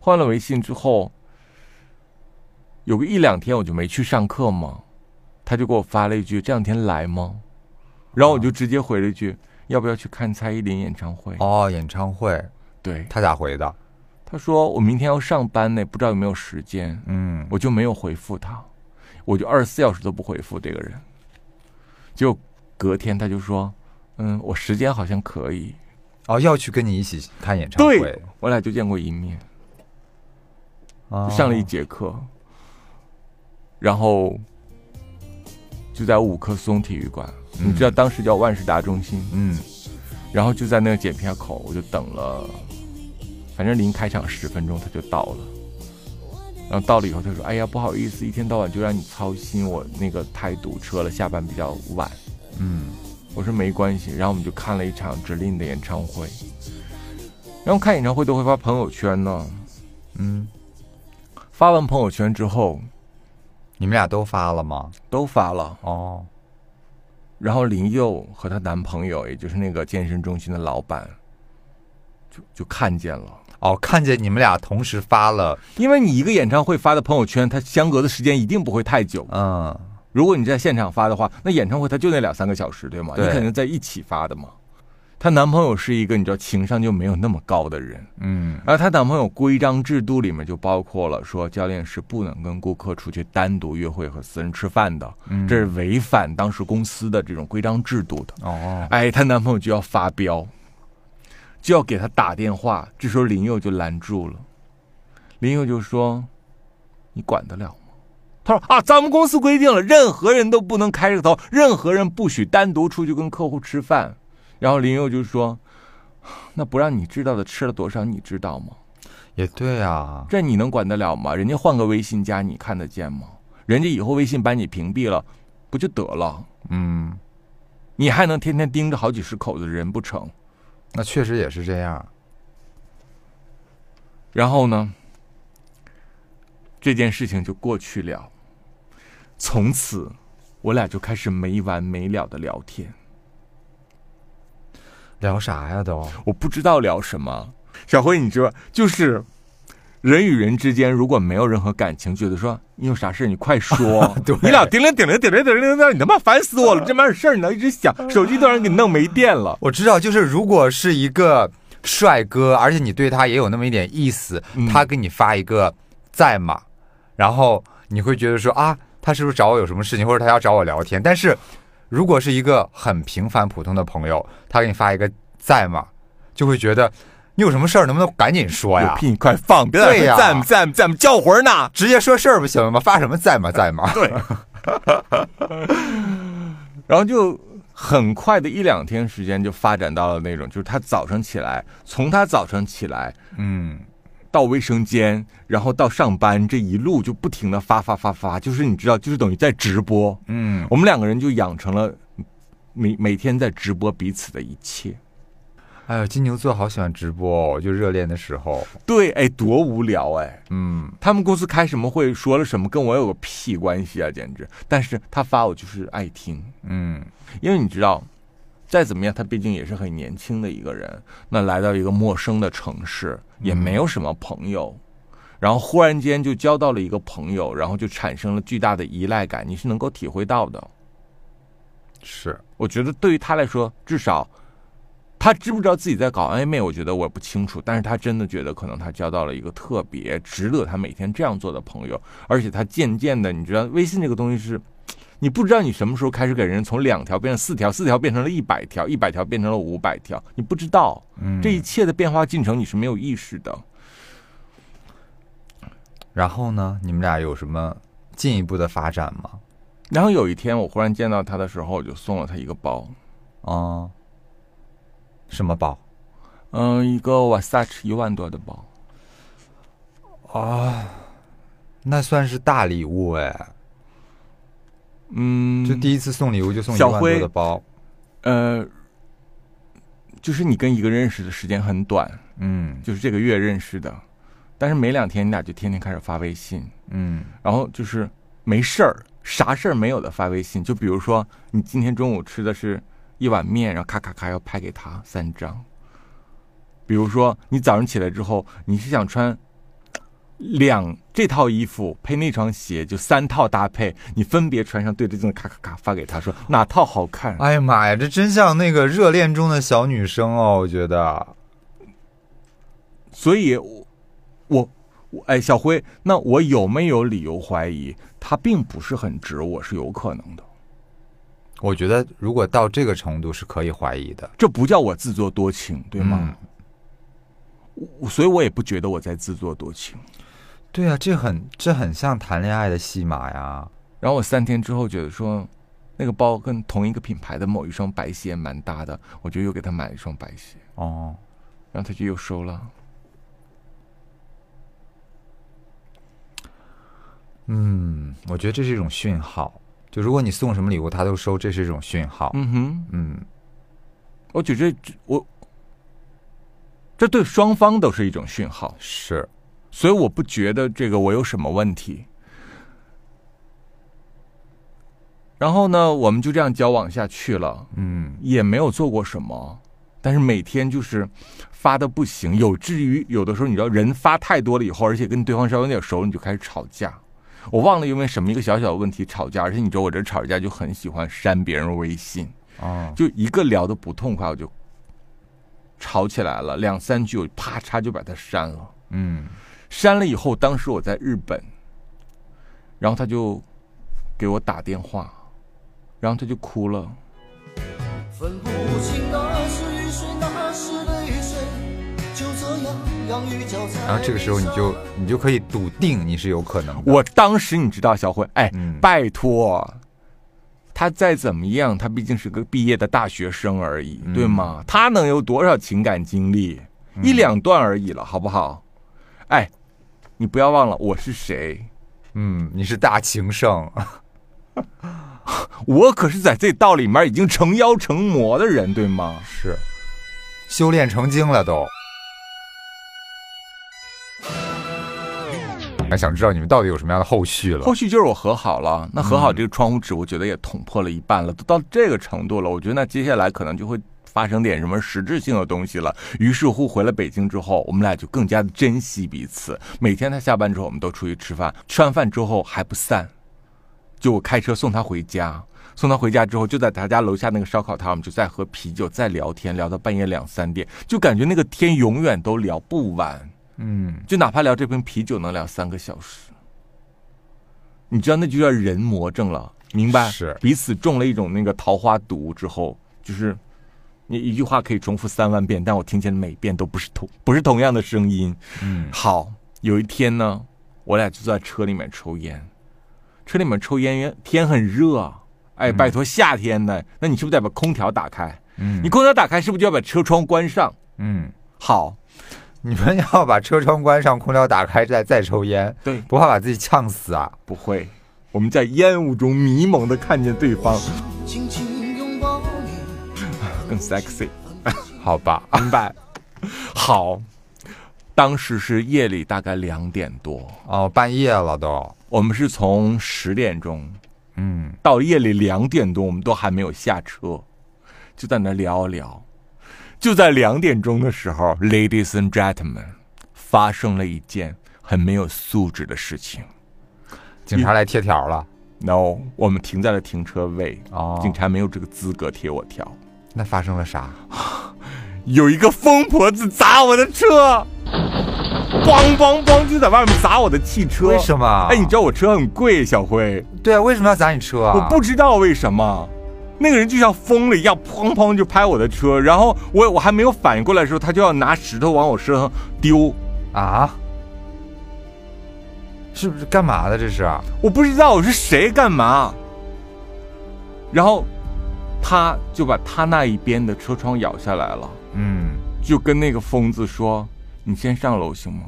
A: 换了微信之后，有个一两天我就没去上课嘛，他就给我发了一句：“这两天来吗？”然后我就直接回了一句：“要不要去看蔡依林演唱会，？”
B: 哦，演唱会
A: 对，
B: 他咋回的？
A: 他说我明天要上班呢，不知道有没有时间。
B: 嗯，
A: 我就没有回复他，我就二十四小时都不回复这个人。结果隔天他就说：“嗯，我时间好像可以。
B: 哦，要去跟你一起看演”唱
A: 对
B: 会，，
A: 我俩就见过一面，
B: 哦
A: 就上了一节课，然后就在五棵松体育馆，你知道当时叫万事达中心，
B: 嗯
A: 然后就在那个检票口，我就等了，反正临开场十分钟他就到了。然后到了以后，他说：“哎呀，不好意思，一天到晚就让你操心，我那个太堵车了，下班比较晚。”
B: 嗯
A: 我说没关系。然后我们就看了一场 Jolin 的演唱会。然后看演唱会都会发朋友圈呢，
B: 嗯，
A: 发完朋友圈之后
B: 你们俩都发了吗？
A: 都发了。
B: 哦，
A: 然后林佑和她男朋友，也就是那个健身中心的老板，就就看见了。
B: 哦，看见你们俩同时发了，
A: 因为你一个演唱会发的朋友圈，它相隔的时间一定不会太久。
B: 嗯，
A: 如果你在现场发的话，那演唱会它就那两三个小时，对吗？
B: 对
A: 你肯定在一起发的嘛。她男朋友是一个你知道情商就没有那么高的人，
B: 嗯，
A: 而她男朋友规章制度里面就包括了说，教练是不能跟顾客出去单独约会和私人吃饭的，
B: 嗯
A: 这是违反当时公司的这种规章制度的。
B: 哦，
A: 哎，她男朋友就要发飙，就要给他打电话。这时候林佑就拦住了，林佑就说：“你管得了吗？”他说：“啊，咱们公司规定了，任何人都不能开这个头，任何人不许单独出去跟客户吃饭。”然后林佑就说：“那不让你知道的吃了多少，你知道吗？”
B: 也对啊，
A: 这你能管得了吗？人家换个微信加你看得见吗？人家以后微信把你屏蔽了，不就得了？
B: 嗯，
A: 你还能天天盯着好几十口子人不成？
B: 那确实也是这样。
A: 然后呢，这件事情就过去了。从此，我俩就开始没完没了的聊天，
B: 聊啥呀都？
A: 我不知道聊什么。小辉，你知道，就是人与人之间如果没有任何感情，觉得说你有啥事儿你快说，你俩叮铃叮铃叮铃叮铃叮铃，你他妈烦死我了！这点事儿你能一直想，手机都让人给弄没电了。
B: 我知道，就是如果是一个帅哥，而且你对他也有那么一点意思，
A: 嗯
B: 他给你发一个在吗？然后你会觉得说啊，他是不是找我有什么事情，或者他要找我聊天？但是如果是一个很平凡普通的朋友，他给你发一个在吗，就会觉得你有什么事儿能不能赶紧说
A: 有
B: 呀？
A: 屁你快放！别在
B: 对
A: 这
B: 呀
A: 赞赞赞叫魂儿呢。
B: 直接说事儿不行吗？发什么在吗在吗？
A: 呃对，然后就很快的一两天时间就发展到了那种，就是他早晨起来，从他早晨起来
B: 嗯，
A: 到卫生间，然后到上班这一路就不停的发发发发，就是你知道，就是等于在直播。
B: 嗯，
A: 我们两个人就养成了每每天在直播彼此的一切。
B: 哎呦，金牛座好喜欢直播哦，就热恋的时候，
A: 对，哎，多无聊哎！
B: 嗯，
A: 他们公司开什么会，说了什么，跟我有个屁关系啊，简直！但是他发我就是爱听，
B: 嗯，
A: 因为你知道，再怎么样，他毕竟也是很年轻的一个人，那来到一个陌生的城市，也没有什么朋友，
B: 嗯
A: 然后忽然间就交到了一个朋友，然后就产生了巨大的依赖感，你是能够体会到的。
B: 是，
A: 我觉得对于他来说，至少他知不知道自己在搞暧昧，我觉得我也不清楚。但是他真的觉得，可能他交到了一个特别值得他每天这样做的朋友，而且他渐渐的，你知道，微信这个东西是。你不知道你什么时候开始给人从两条变成四条，四条变成了一百条，一百条变成了五百条，你不知道这一切的变化进程你是没有意识的。
B: 然后呢，你们俩有什么进一步的发展吗？
A: 然后有一天我忽然见到他的时候，我就送了他一个包，
B: 啊、什么包
A: 嗯，一个 Versace 一万多的包，
B: 啊、那算是大礼物哎，
A: 嗯，
B: 就第一次送礼物就送一
A: 小
B: 万多
A: 辉
B: 的包，
A: 呃，就是你跟一个认识的时间很短，
B: 嗯
A: 就是这个月认识的，但是没两天你俩就天天开始发微信，
B: 嗯
A: 然后就是没事儿，啥事儿没有的发微信。就比如说你今天中午吃的是一碗面，然后咔咔咔要拍给他三张。比如说你早上起来之后，你是想穿两这套衣服配那双鞋，就三套搭配，你分别穿上对着镜子咔咔咔发给他说哪套好看。
B: 哎呀妈呀，这真像那个热恋中的小女生哦，我觉得，
A: 所以我，我，我，哎，小辉，那我有没有理由怀疑他并不是很直？我是有可能的，
B: 我觉得如果到这个程度是可以怀疑的，
A: 这不叫我自作多情，对吗
B: 嗯？
A: 我所以，我也不觉得我在自作多情。
B: 对啊，这很这很像谈恋爱的戏码呀，
A: 然后我三天之后觉得说，那个包跟同一个品牌的某一双白鞋蛮搭的，我就又给他买了一双白鞋，
B: 哦，
A: 然后他就又收了。
B: 嗯，我觉得这是一种讯号，就如果你送什么礼物他都收，这是一种讯号，
A: 嗯哼，
B: 嗯
A: 我觉得这我，这对双方都是一种讯号。
B: 是。
A: 所以我不觉得这个我有什么问题。然后呢，我们就这样交往下去了，
B: 嗯
A: 也没有做过什么，但是每天就是发的不行，有至于有的时候你知道人发太多了以后，而且跟对方稍微有点熟，你就开始吵架。我忘了因为什么一个小小的问题吵架，而且你知道我这吵架就很喜欢删别人微信，
B: 哦，
A: 就一个聊的不痛快我就吵起来了，两三句我啪嚓就把他删了。
B: 嗯
A: 删了以后，当时我在日本，然后他就给我打电话，然后他就哭了。
H: 分不清那是雨水，那是泪水，
B: 然后这个时候你就你就可以笃定你是有可能的。
A: 我当时你知道，小慧，哎，
B: 嗯
A: 拜托，他再怎么样，他毕竟是个毕业的大学生而已，对吗？他能有多少情感经历？一两段而已了，好不好？哎，你不要忘了我是谁，
B: 嗯，你是大情圣，
A: 我可是在这道里面已经成妖成魔的人，对吗？
B: 是修炼成精了都。想知道你们到底有什么样的后续了
A: 后？续就是我和好了，那和好这个窗户纸，我觉得也捅破了一半了，都到这个程度了，我觉得那接下来可能就会发生点什么实质性的东西了。于是乎，回了北京之后，我们俩就更加的珍惜彼此。每天他下班之后，我们都出去吃饭，吃完饭之后还不散，就我开车送他回家。送他回家之后，就在他家楼下那个烧烤摊，我们就在喝啤酒，在聊天，聊到半夜两三点，就感觉那个天永远都聊不完。
B: 嗯，
A: 就哪怕聊这瓶啤酒能聊三个小时，你知道那就叫人魔怔了，明白？
B: 是
A: 彼此中了一种那个桃花毒之后，就是你一句话可以重复三万遍，但我听见的每遍都不是同不是同样的声音。嗯，好，有一天呢，我俩就在车里面抽烟，车里面抽烟，天很热啊，哎，拜托夏天呢，那你是不是得把空调打开？嗯，你空调打开是不是就要把车窗关上？
B: 嗯，
A: 好，
B: 你们要把车窗关上，空调打开，再再抽烟，
A: 对
B: 不怕把自己呛死啊？
A: 不会，我们在烟雾中迷蒙的看见对方，
G: 轻轻拥抱你。
A: 更 sexy，
B: 好吧，
A: 明白？ [laughs] 好，当时是夜里大概两点多，
B: 哦，半夜了都，
A: 我们是从十点钟
B: 嗯
A: 到夜里两点多，我们都还没有下车，就在那聊一聊。就在两点钟的时候，ladies and gentlemen，发生了一件很没有素质的事情。
B: 警察来贴条了，
A: no，我们停在了停车位，
B: 哦
A: 警察没有这个资格贴我条。
B: 那发生了啥？
A: 有一个疯婆子砸我的车，梆梆梆就在外面砸我的汽车。
B: 为什么
A: 哎，你知道我车很贵，小辉，
B: 对啊，为什么要砸你车啊？
A: 我不知道为什么。那个人就像疯了一样，砰砰就拍我的车，然后我我还没有反应过来的时候，他就要拿石头往我身上丢。
B: 啊，是不是干嘛的？这是啊
A: 我不知道我是谁干嘛。然后他就把他那一边的车窗摇下来了，
B: 嗯，
A: 就跟那个疯子说：“你先上楼行吗？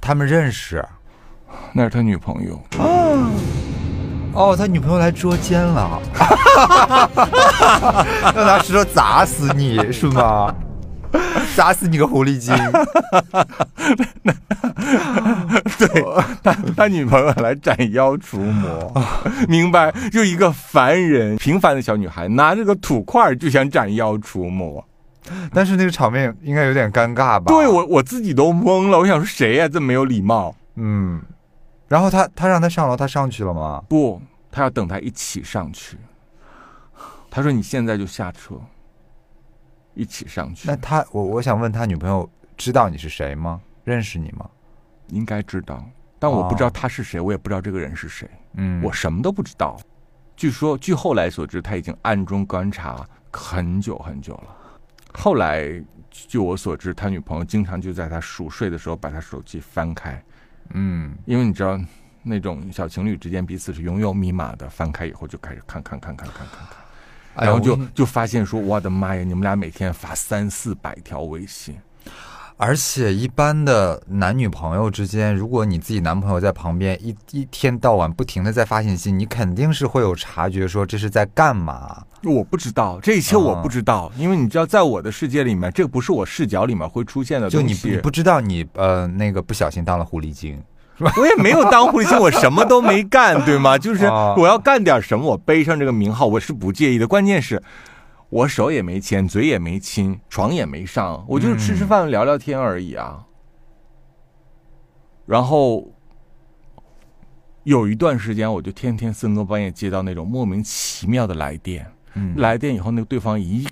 B: 他们认识
A: 那是他女朋友。”
B: 哦，他女朋友来捉奸了， [laughs] 要拿石头砸死你
A: [laughs]
B: 是吗？砸死你个狐狸精！
A: [laughs] 对他，他女朋友来斩妖除魔，明白？就一个凡人、平凡的小女孩，拿着个土块儿就想斩妖除魔。
B: 但是那个场面应该有点尴尬吧？
A: 对，我我自己都懵了，我想说谁呀、这么没有礼貌？
B: 嗯。然后他他让他上楼，他上去了吗？
A: 不，他要等他一起上去。他说：“你现在就下车，一起上去
B: 那。他我我想问他女朋友知道你是谁吗？认识你吗？”
A: 应该知道，但我不知道
B: 哦
A: 他是谁，我也不知道这个人是谁。
B: 嗯
A: 我什么都不知道。据说，据后来所知，他已经暗中观察很久很久了。后来，据我所知，他女朋友经常就在他熟睡的时候把他手机翻开，
B: 嗯
A: 因为你知道，那种小情侣之间彼此是拥有密码的，翻开以后就开始看看看看看看看，
B: 哎
A: 然后
B: 我
A: 就
B: 跟你
A: 就发现说，我的妈呀，你们俩每天发三四百条微信，
B: 而且一般的男女朋友之间，如果你自己男朋友在旁边一一天到晚不停的在发信息，你肯定是会有察觉，说这是在干嘛。
A: 我不知道这一切，我
B: 啊
A: 不知道，因为你知道，在我的世界里面，这不是我视角里面会出现的
B: 就
A: 东
B: 你
A: 西。
B: 你不知道你呃那个不小心当了狐狸精，
A: 我也没有当狐狸精，我什么都没干，对吗？就是
B: 啊
A: 我要干点什么，我背上这个名号，我是不介意的。关键是，我手也没牵，嘴也没亲，床也没上，我就是吃吃饭、聊聊天而已啊。然后有一段时间，我就天天三更半夜接到那种莫名其妙的来电，来电以后，那个对方一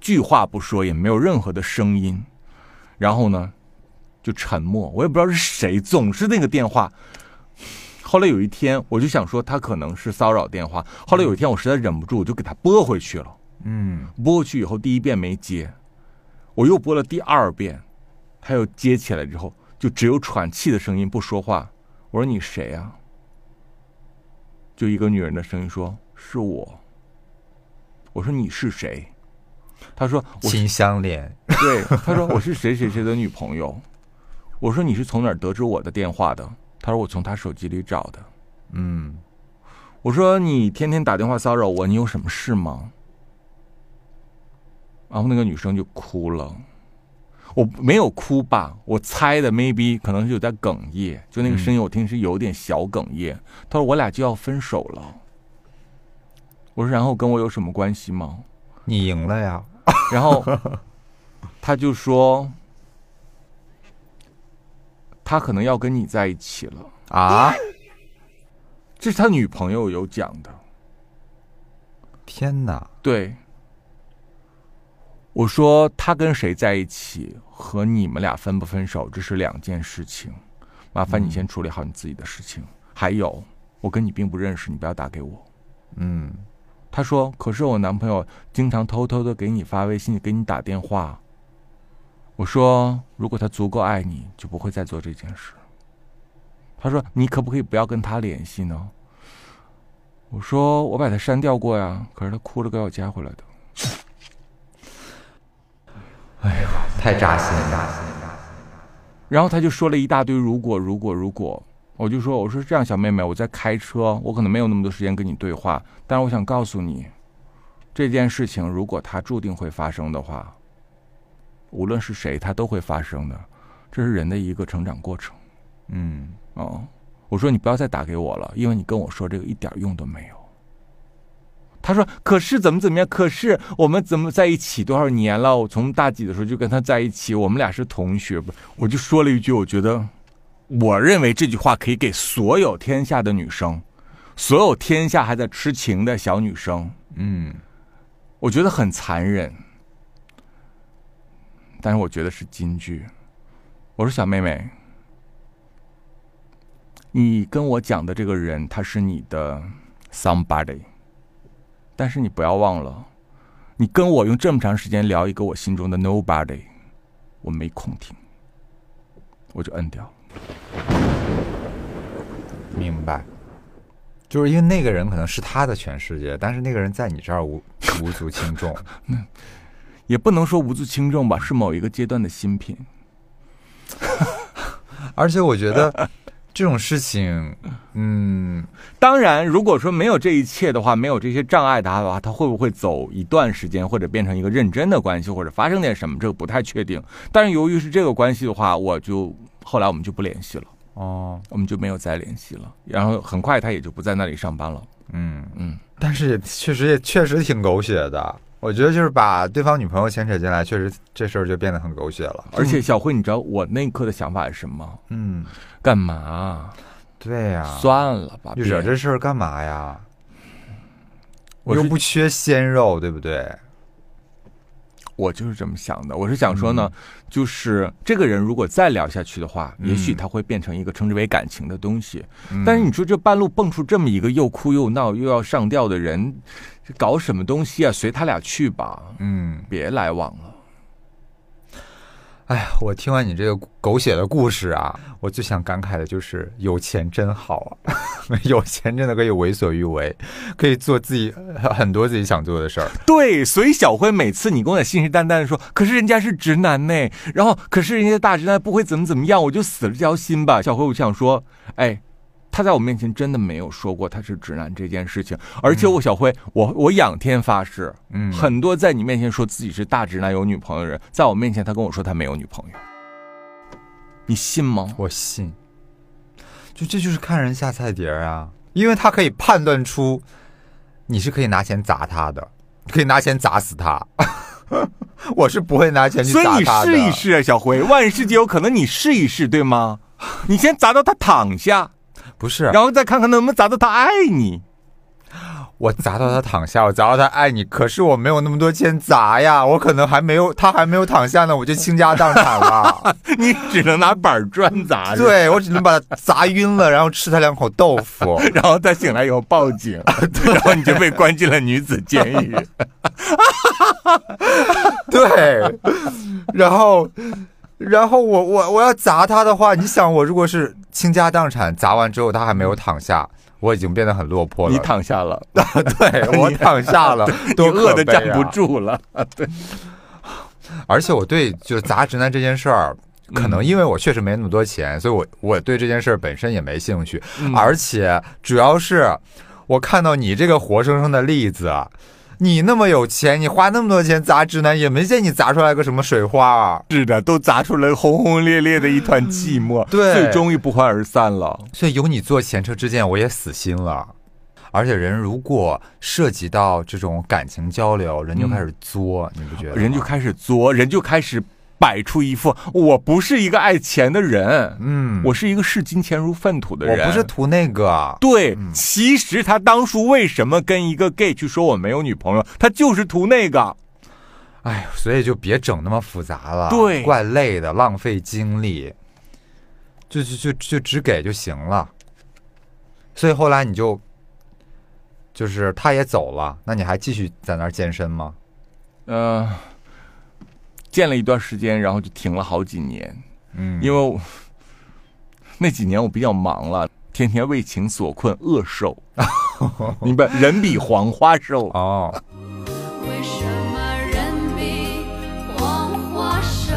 A: 句话不说，也没有任何的声音，然后呢就沉默，我也不知道是谁，总是那个电话。后来有一天，我就想说他可能是骚扰电话。后来有一天，我实在忍不住，我就给他拨回去了。
B: 嗯
A: 拨回去以后，第一遍没接，我又播了第二遍，他又接起来之后，就只有喘气的声音，不说话。我说你谁啊？就一个女人的声音说：“是我。”我说你是谁？他说我是
B: 心相连，
A: 对，他说我是谁谁谁的女朋友。我说你是从哪儿得知我的电话的？他说我从他手机里找的。
B: 嗯，
A: 我说你天天打电话骚扰我，你有什么事吗？然后那个女生就哭了。我没有哭吧，我猜的 maybe 可能是有在哽咽，就那个声音我听是有点小哽咽。他说我俩就要分手了。我说然后跟我有什么关系吗？
B: 你赢了呀，
A: 然后他就说，他可能要跟你在一起了。
B: 啊，
A: 这是他女朋友有讲的。
B: 天哪，
A: 对，我说他跟谁在一起和你们俩分不分手这是两件事情，麻烦你先处理好你自己的事情。还有，我跟你并不认识，你不要打给我。
B: 嗯，
A: 他说：“可是我男朋友经常偷偷的给你发微信，给你打电话。”我说：“如果他足够爱你，就不会再做这件事。”他说：“你可不可以不要跟他联系呢？”我说：“我把他删掉过呀，可是他哭着给我加回来的。
B: 太扎心了。”
A: 然后他就说了一大堆“如果如果如果”，我就说：“我说这样，小妹妹，我在开车，我可能没有那么多时间跟你对话，但是我想告诉你，这件事情如果它注定会发生的话，无论是谁，它都会发生的，这是人的一个成长过程。
B: 嗯，
A: 哦，我说你不要再打给我了，因为你跟我说这个一点用都没有。他说：“可是怎么怎么样？可是我们怎么在一起多少年了？我从大几的时候就跟他在一起，我们俩是同学。”我就说了一句，我觉得，我认为这句话可以给所有天下的女生，所有天下还在痴情的小女生，
B: 嗯，
A: 我觉得很残忍，但是我觉得是金句。我说小妹妹，你跟我讲的这个人，他是你的 somebody，但是你不要忘了，你跟我用这么长时间聊一个我心中的 nobody，我没空听，我就摁掉了。
B: 明白。就是因为那个人可能是他的全世界，但是那个人在你这儿无无足
A: [laughs]
B: 轻重。
A: 也不能说无足轻重吧，是某一个阶段的新品。
B: 而且我觉得这种事情，嗯，
A: 当然，如果说没有这一切的话，没有这些障碍的话，他会不会走一段时间，或者变成一个认真的关系，或者发生点什么，这个不太确定。但是由于是这个关系的话，我就后来我们就不联系了，
B: 哦，
A: 我们就没有再联系了。然后很快他也就不在那里上班了。
B: 嗯
A: 嗯，
B: 但是也确实也确实挺狗血的。我觉得就是把对方女朋友牵扯进来，确实这事儿就变得很狗血了。
A: 而且小慧，你知道我那一刻的想法是什么吗？
B: 嗯，
A: 干嘛？啊
B: 对呀、
A: 算了吧，
B: 你惹
A: 别
B: 这事儿干嘛呀？
A: 啊我
B: 又
A: 是
B: 不缺鲜肉，对不对？
A: 我就是这么想的。我是想说呢，就是这个人如果再聊下去的话，也许他会变成一个称之为感情的东西。但是你说这半路蹦出这么一个又哭又闹又要上吊的人，这搞什么东西啊？随他俩去吧，
B: 嗯，
A: 别来往了。
B: 哎呀，我听完你这个狗血的故事啊，我最想感慨的就是有钱真好啊！ [laughs] 有钱真的可以为所欲为，可以做自己很多自己想做的事儿。
A: 对，所以小辉每次你跟我信誓旦旦的说，可是人家是直男呢，然后可是人家大直男不会怎么怎么样，我就死了这条心吧。小辉，我想说，哎，他在我面前真的没有说过他是直男这件事情，而且我小辉，我我仰天发誓，
B: 嗯
A: 很多在你面前说自己是大直男有女朋友的人，在我面前他跟我说他没有女朋友，你信吗？
B: 我信，就这就是看人下菜碟儿啊，因为他可以判断出你是可以拿钱砸他的，可以拿钱砸死他。 [laughs] 我是不会拿钱去
A: 所以
B: 砸
A: 你
B: 他的。
A: 试一试啊，小辉，万事皆有可能，你试一试，对吗？你先砸到他躺下，
B: 不是， [laughs]
A: 然后再看看能不能砸到他爱你。
B: 我砸到他躺下，我砸到他爱你，可是我没有那么多钱砸呀，我可能还没有他还没有躺下呢，我就倾家荡产
A: [laughs]
B: 了。
A: 你只能拿板砖砸着，
B: 对我只能把他砸晕了，然后吃他两口豆
A: [laughs]
B: 腐。
A: 然后他醒来以后报
B: [laughs]
A: 警，然后你就被关进了女子监狱。
B: 对，然后，然后我我我要砸他的话，你想我如果是倾家荡产，砸完之后他还没有躺下， [laughs] 我已经变得很落魄
A: 嗯
B: 了。
A: 你躺下了，
B: 对我躺下了，
A: [laughs] 你
B: [laughs] 多
A: 饿
B: 可
A: 的
B: 悲
A: 站
B: 啊
A: 不。住了。
B: 而且我对就是砸直男这件事儿。可
A: 嗯
B: 能因为我确实没那么多钱，所以我我对这件事儿本身也没兴趣，
A: 嗯
B: 而且主要是我看到你这个活生生的例子，你那么有钱，你花那么多钱砸直男，也没见你砸出来个什么水花儿、
A: 是的，都砸出了轰轰烈烈的一团寂寞，
B: [laughs] 对
A: 最终一不欢而散了。
B: 所以有你做前车之鉴，我也死心了。而且人如果涉及到这种感情交流，人就开始作，你不觉得吗？
A: 嗯人就开始作，人就开始摆出一副我不是一个爱钱的人，
B: 嗯
A: 我是一个视金钱如粪土的
B: 我
A: 人，
B: 不是嗯图那个，
A: 对，其实他当初为什么跟一个 gay 去说我没有女朋友，他就是图那个。
B: 哎，所以就别整那么复杂了，
A: 对
B: 怪累的，浪费精力，就就就就只给就行了。所以后来你就，就是他也走了，那你还继续在那儿健身吗？
A: 嗯、见了一段时间，然后就停了好几年，
B: 嗯，
A: 因为我那几年我比较忙了，天天为情所困，饿
B: [laughs]
A: 瘦。明白，人比黄花瘦。
B: 哦，
H: 为什么人比黄花瘦？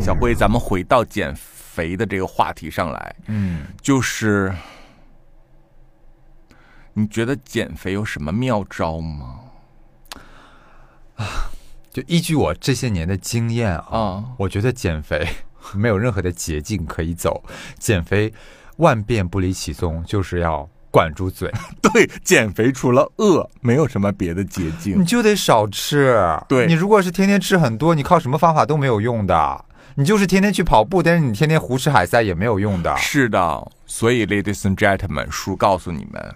A: 小辉，咱们回到减肥的这个话题上来，
B: 嗯，
A: 就是你觉得减肥有什么妙招吗？
B: [laughs] 啊就依据我这些年的经验啊，
A: 啊
B: 我觉得减肥 [laughs] 没有任何的捷径可以走，减肥万变不离其宗，就是要管住嘴，
A: 对，减肥除了饿，没有什么别的捷
B: 你
A: 径。
B: 就得少吃。
A: 对
B: 你如果是天天吃很多，你靠什么方法都没有用的。你就是天天去跑步，但是你天天胡吃海塞也没有用的。
A: 是的，所以，ladies and gentlemen，叔告诉你们，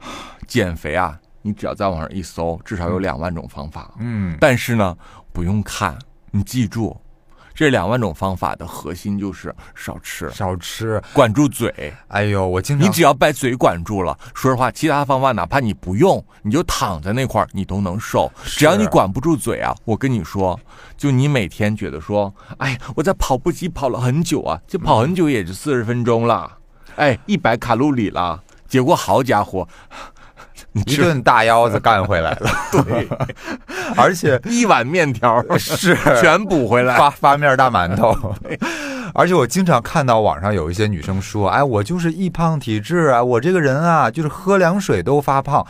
A: [sighs] 减肥啊，你只要在网上一搜，至少有两万种方法。
B: 嗯，
A: 但是呢，不用看，你记住，这两万种方法的核心就是少吃，
B: 少吃。
A: 管住嘴。
B: 哎呦，我经常
A: 你只要把嘴管住了，说实话，其他方法哪怕你不用，你就躺在那块儿，你都能瘦。只要你管不住嘴啊，我跟你说，就你每天觉得说，哎，我在跑步机跑了很久啊，这跑很久也就四十分钟了，
B: 嗯
A: 哎，一百卡路里了，结果好家伙，你
B: 一
A: 吃
B: 顿大腰子干回来了，
A: [laughs] 对
B: [laughs] 而且
A: 一碗面条儿
B: 是
A: 全补回来，
B: 发发面大馒头。 [laughs] 而且我经常看到网上有一些女生说：“哎，我就是易胖体质啊，我这个人啊，就是喝凉水都发胖。”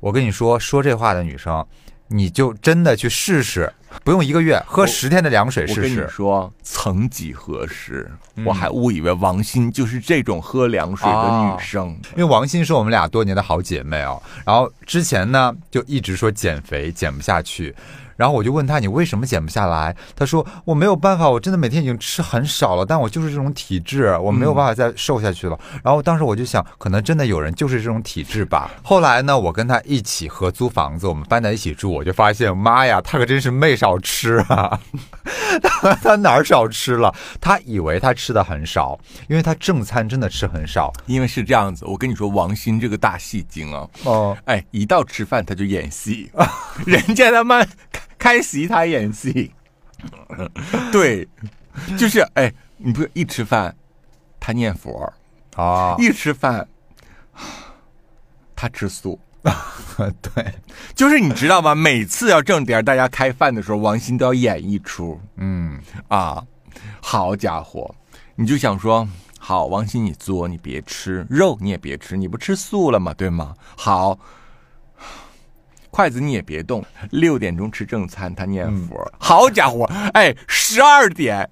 B: 我跟你说，说这话的女生，你就真的去试试，不用一个月，喝十天的凉水
A: 我
B: 试
A: 跟你
B: 试。
A: 说，曾几何时，
B: 嗯
A: 我还误以为王鑫就是这种喝凉水的
B: 哦
A: 女生。
B: 因为王鑫是我们俩多年的好姐妹哦，然后之前呢就一直说减肥减不下去，然后我就问她你为什么减不下来？她说我没有办法，我真的每天已经吃很少了，但我就是这种体质，我没有办法再瘦下去了。然后当时我就想，可能真的有人就是这种体质吧。后来呢，我跟她一起合租房子，我们搬在一起住，我就发现妈呀，她可真是没少吃啊。 [laughs] 她哪儿少吃了？她以为她吃的很少，因为她正餐真的吃很少。
A: 因为是这样子，我跟你说，王鑫这个大戏精啊，
B: 哦，
A: 哎，一到吃饭他就演戏， [laughs] 人家他妈开开席他演戏， [laughs] 对，就是哎，你不一吃饭他念佛，
B: 啊，
A: 一吃饭他吃素，
B: [laughs] 对，
A: 就是你知道吗？每次要正点儿大家开饭的时候，王鑫都要演一出
B: 嗯，
A: 啊，好家伙，你就想说。好，王鑫，你作，你别吃肉，你也别吃，你不吃素了吗？对吗？好，筷子你也别动，六点钟吃正餐，他念佛。
B: 嗯
A: 好家伙，哎，十二点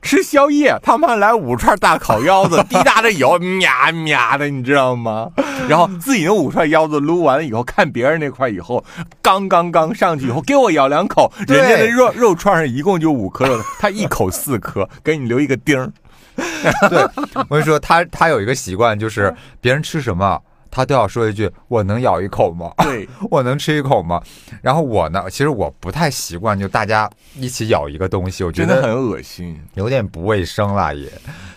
A: 吃宵夜，他妈来五串大烤腰
B: [laughs]
A: 子，滴答着油，喵喵的，你知道吗？然后自己那五串腰子撸完了以后，看别人那块以后，刚刚刚上去以后，给我咬两口，
B: 对
A: 人家那肉肉串上一共就五颗肉，他一口四颗，给你留一个丁儿。
B: 我跟你说，他他有一个习惯，就是别人吃什么，他都要说一句：“我能咬一口吗？ [laughs]
A: 对，
B: 我能吃一口吗？”然后我呢，其实我不太习惯，就大家一起咬一个东西，我觉
A: [laughs] 真的
B: 得
A: 很恶心。
B: 有点不卫生啦，也。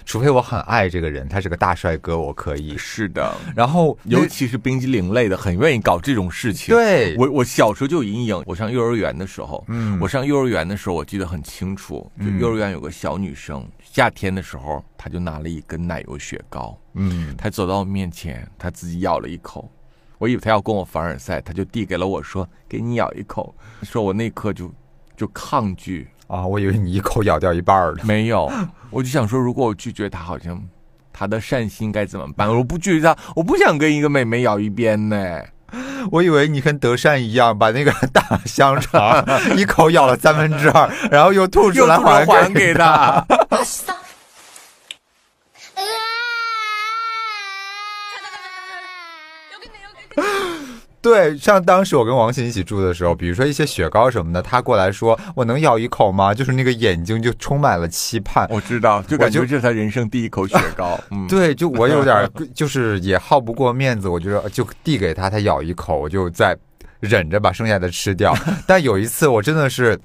B: 除非我很爱这个人，他是个大帅哥，我可以。
A: 是的，
B: 然后
A: 尤其是冰激凌类的，很愿意搞这种事情。
B: 对
A: 我我小时候就有阴影。我上幼儿园的时候，嗯，我上幼儿园的时候，我记得很清楚，就
B: 嗯
A: 幼儿园有个小女生，夏天的时候，她就拿了一根奶油雪糕，
B: 嗯，
A: 她走到我面前，她自己咬了一口。我以为她要跟我凡尔赛，她就递给了我说：“给你咬一口。”说我那一刻就就抗拒，
B: 啊，我以为你一口咬掉一半儿呢。
A: 没
B: [laughs]
A: 有，我就想说，如果我拒绝他，好像他的善心该怎么办？我不拒绝他，我不想跟一个妹妹咬一边呢。
B: 我以为你跟德善一样，把那个 [laughs] 大香肠 [laughs] 一口咬了三分之二，然后又吐出
A: 又
B: 来
A: 不能还给
B: 他。
A: 他，
C: 啊！
B: 对，像当时我跟王鑫一起住的时候，比如说一些雪糕什么的，他过来说：“我能咬一口吗？”就是那个眼睛就充满了期盼。
A: 我知 [laughs] 道，就感觉
B: 我就
A: 这是他人生第一口雪 [laughs] 糕。嗯，
B: 对，就我有点儿 [laughs] 就是也耗不过面子，我觉得就递给他，他咬一口，我就再忍着把剩下的吃掉。 [laughs] 但有一次我真的是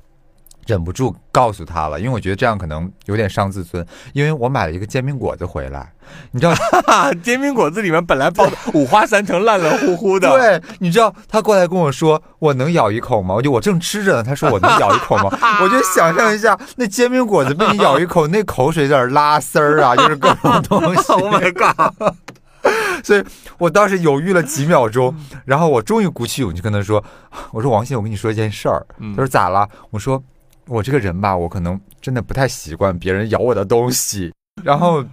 B: 忍不住告诉他了，因为我觉得这样可能有点伤自尊，因为我买了一个煎饼果子回来，你知道
A: 哈，啊煎饼果子里面本来包的五花三层、烂烂乎乎的，，
B: 对，你知道他过来跟我说我能咬一口吗？我就我正吃着呢，他说我能咬一口
A: [laughs]
B: 吗？我就想象一下那煎饼果子被你咬一口，那口水在那儿拉丝儿
A: [laughs]
B: 啊，就是各种东西。
A: Oh my god！
B: [laughs] 所以我当时犹豫了几秒钟，然后我终于鼓起勇气跟他说：“我说王鑫，我跟你说一件事儿。”
A: 嗯
B: 他说：“咋了？”我说：“我这个人吧，我可能真的不太习惯别人咬我的东
A: [laughs]
B: 西。”然后，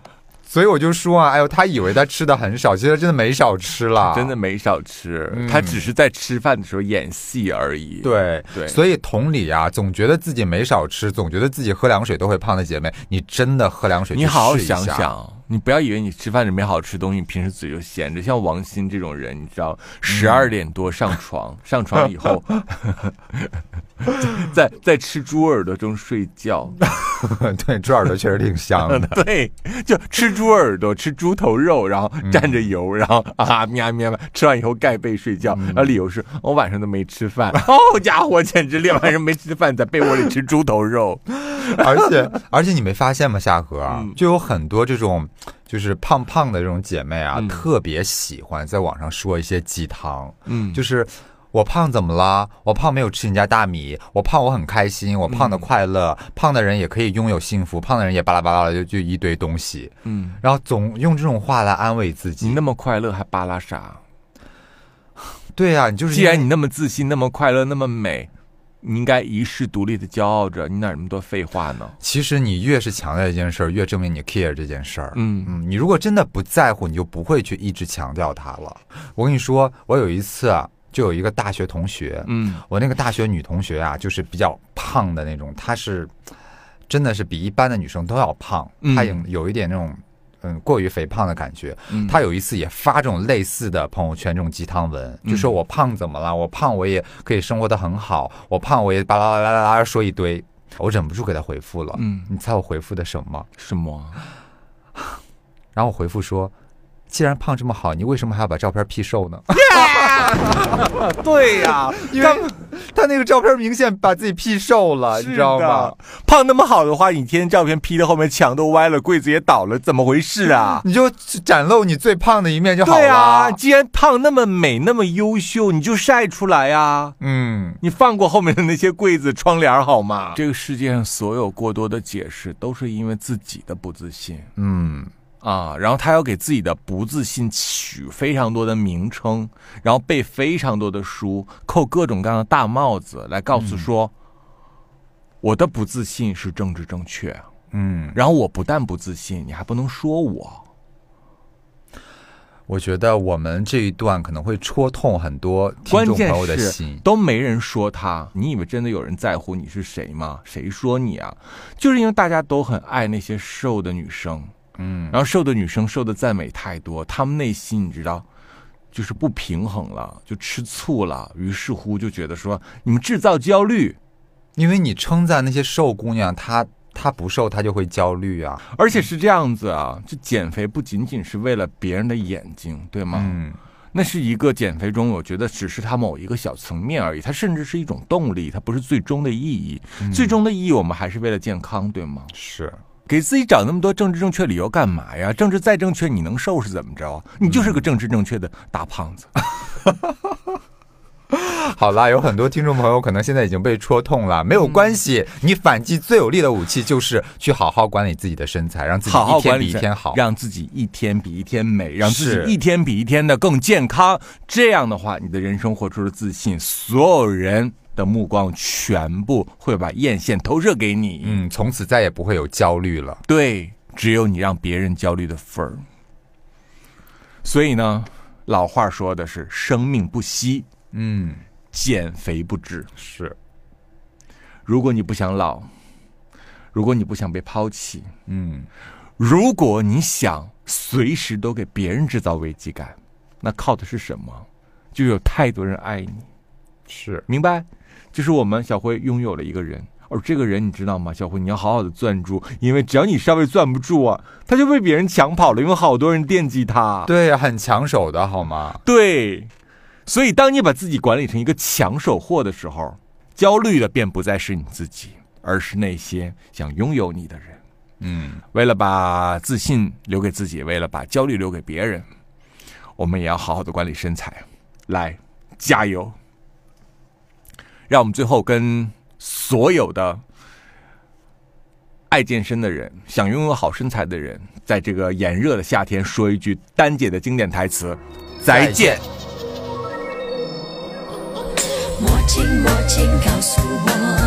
B: 所以我就说啊，哎呦，他以为他吃的很少，其实真的没少吃啦，
A: 真的。没少吃，
B: 嗯
A: 他只是在吃饭的时候演戏而已。
B: 对
A: 对
B: 所以同理啊，总觉得自己没少吃，总觉得自己喝凉水都会胖的姐妹，你真的喝凉水去
A: 你好好
B: 试一下
A: 想，想，你不要以为你吃饭里没好吃东西，你平时嘴就闲着。像王鑫这种人，你知道，十二点多上床，上床以后，在在吃猪耳朵中睡觉，
B: [laughs] 对，猪耳朵确实挺香
A: [laughs]
B: 的。
A: 对，就吃猪耳朵，吃猪头肉，然后蘸着油，然后啊喵喵喵，吃完以后盖被睡觉，然后理由是我晚上都没吃饭。嗯哦，家伙，简直连晚上没吃饭，在被窝里吃猪头肉。
B: 而且而且你没发现吗？夏荷、
A: 嗯
B: 就有很多这种就是胖胖的这种姐妹啊，特别喜欢在网上说一些鸡汤，
A: 嗯
B: 就是。我胖怎么了？我胖没有吃你家大米，我胖我很开心，我
A: 嗯
B: 胖的快乐，胖的人也可以拥有幸福，胖的人也巴拉巴拉的就就一堆东西，
A: 嗯，
B: 然后总用这种话来安慰自
A: 你
B: 己。
A: 那么快乐还扒拉啥？
B: 对啊，你就是
A: 既
B: 因为
A: 然你那么自信、那么快乐、那么美，你应该一世独立的骄傲着，你哪那么多废话呢？
B: 其实你越是强调一件事儿，越证明你 care 这件事儿。
A: 嗯
B: 嗯，你如果真的不在乎，你就不会去一直强调它了。我跟你说，我有一次啊，就有一个大学同学，
A: 嗯，
B: 我那个大学女同学啊，就是比较胖的那种，她是真的是比一般的女生都要胖，
A: 嗯
B: 她有有一点那种。嗯，过于肥胖的感觉。
A: 嗯
B: 她有一次也发这种类似的朋友圈，这种鸡汤文，
A: 嗯
B: 就说我胖怎么了？我胖我也可以生活的很好，我胖我也巴拉巴拉巴拉说一堆。我忍不住给她回复了。
A: 嗯
B: 你猜我回复的什么？
A: 什 [laughs] 么？
B: 然后我回复说：“既然胖这么好，你为什么还要把照片 P 瘦呢？”对呀、
A: 啊
B: 因为他那个照片明显把自己 P 瘦了，你知道吗？？
A: 胖那么好的话，你天天照片 P 到后面墙都歪了，柜子也倒了，怎么回事啊？
B: 你就展露你最胖的一面就好了。
A: 对啊，既然胖那么美、那么优秀，你就晒出来呀、啊！
B: 嗯，
A: 你放过后面的那些柜子、窗帘好吗？这个世界上所有过多的解释，都是因为自己的不自信。
B: 嗯
A: 啊，然后他要给自己的不自信取非常多的名称，然后背非常多的书，扣各种各样的大帽子，来告诉说、我的不自信是政治正确。
B: 嗯，
A: 然后我不但不自信，你还不能说我。
B: 我觉得我们这一段可能会戳痛很多听
A: 关
B: 众朋
A: 键
B: 友的
A: 是
B: 心。
A: 都没人说他，你以为真的有人在乎你是谁吗？谁说你啊？就是因为大家都很爱那些瘦的女生，嗯，然后瘦的女生受的赞美太多，她们内心你知道。就是不平衡了，就吃醋了，于是乎就觉得说你们制造焦虑，
B: 因为你称赞那些瘦姑娘，她她不瘦，她就会焦虑啊。
A: 而且是这样子啊，这减肥不仅仅是为了别人的眼睛，对吗？
B: 嗯，
A: 那是一个减肥中，我觉得只是它某一个小层面而已，它甚至是一种动力，它不是最终的意义。最终的意义，我们还是为了健康，对吗？
B: 是
A: 给自己找那么多政治正确理由干嘛呀？政治再正确，你能瘦是怎么着？你就是个政治正确的大胖子。
B: [laughs] 好啦，有很多听众朋友可能现在已经被戳痛了，没有
A: 嗯
B: 关系，你反击最有力的武器就是去好好管理自己的身材，让自己
A: 好好
B: 一
A: 管
B: 天
A: 理
B: 比一天好。
A: 让自己一天比一天美，让自
B: 是
A: 己一天比一天的更健康。这样的话，你的人生活出了自信，所有人的目光全部会把艳羡投射给你。
B: 嗯，从此再也不会有焦虑了。
A: 对，只有你让别人焦虑的份儿。所以呢，老话说的是“生命不息，
B: 嗯，
A: 减肥不止”。
B: 是，
A: 如果你不想老，如果你不想被抛弃，
B: 嗯，
A: 如果你想随时都给别人制造危机感，那靠的是什么？就有太多人爱你，
B: 是，
A: 明白？就是我们小辉拥有了一个人，而这个人你知道吗？小辉，你要好好的攥住，因为只要你稍微攥不住啊，他就被别人抢跑了，因为好多人惦记他。
B: 对，很抢手的好吗？
A: 对，所以当你把自己管理成一个抢手货的时候，焦虑的便不再是你自己，而是那些想拥有你的人。
B: 嗯，
A: 为了把自信留给自己，为了把焦虑留给别人，我们也要好好的管理身材。来，加油！让我们最后跟所有的爱健身的人、想拥有好身材的人，在这个炎热的夏天说一句丹姐的经典台词：“再
B: 再
A: 见
B: 见。”
H: 魔镜，魔镜，告诉我，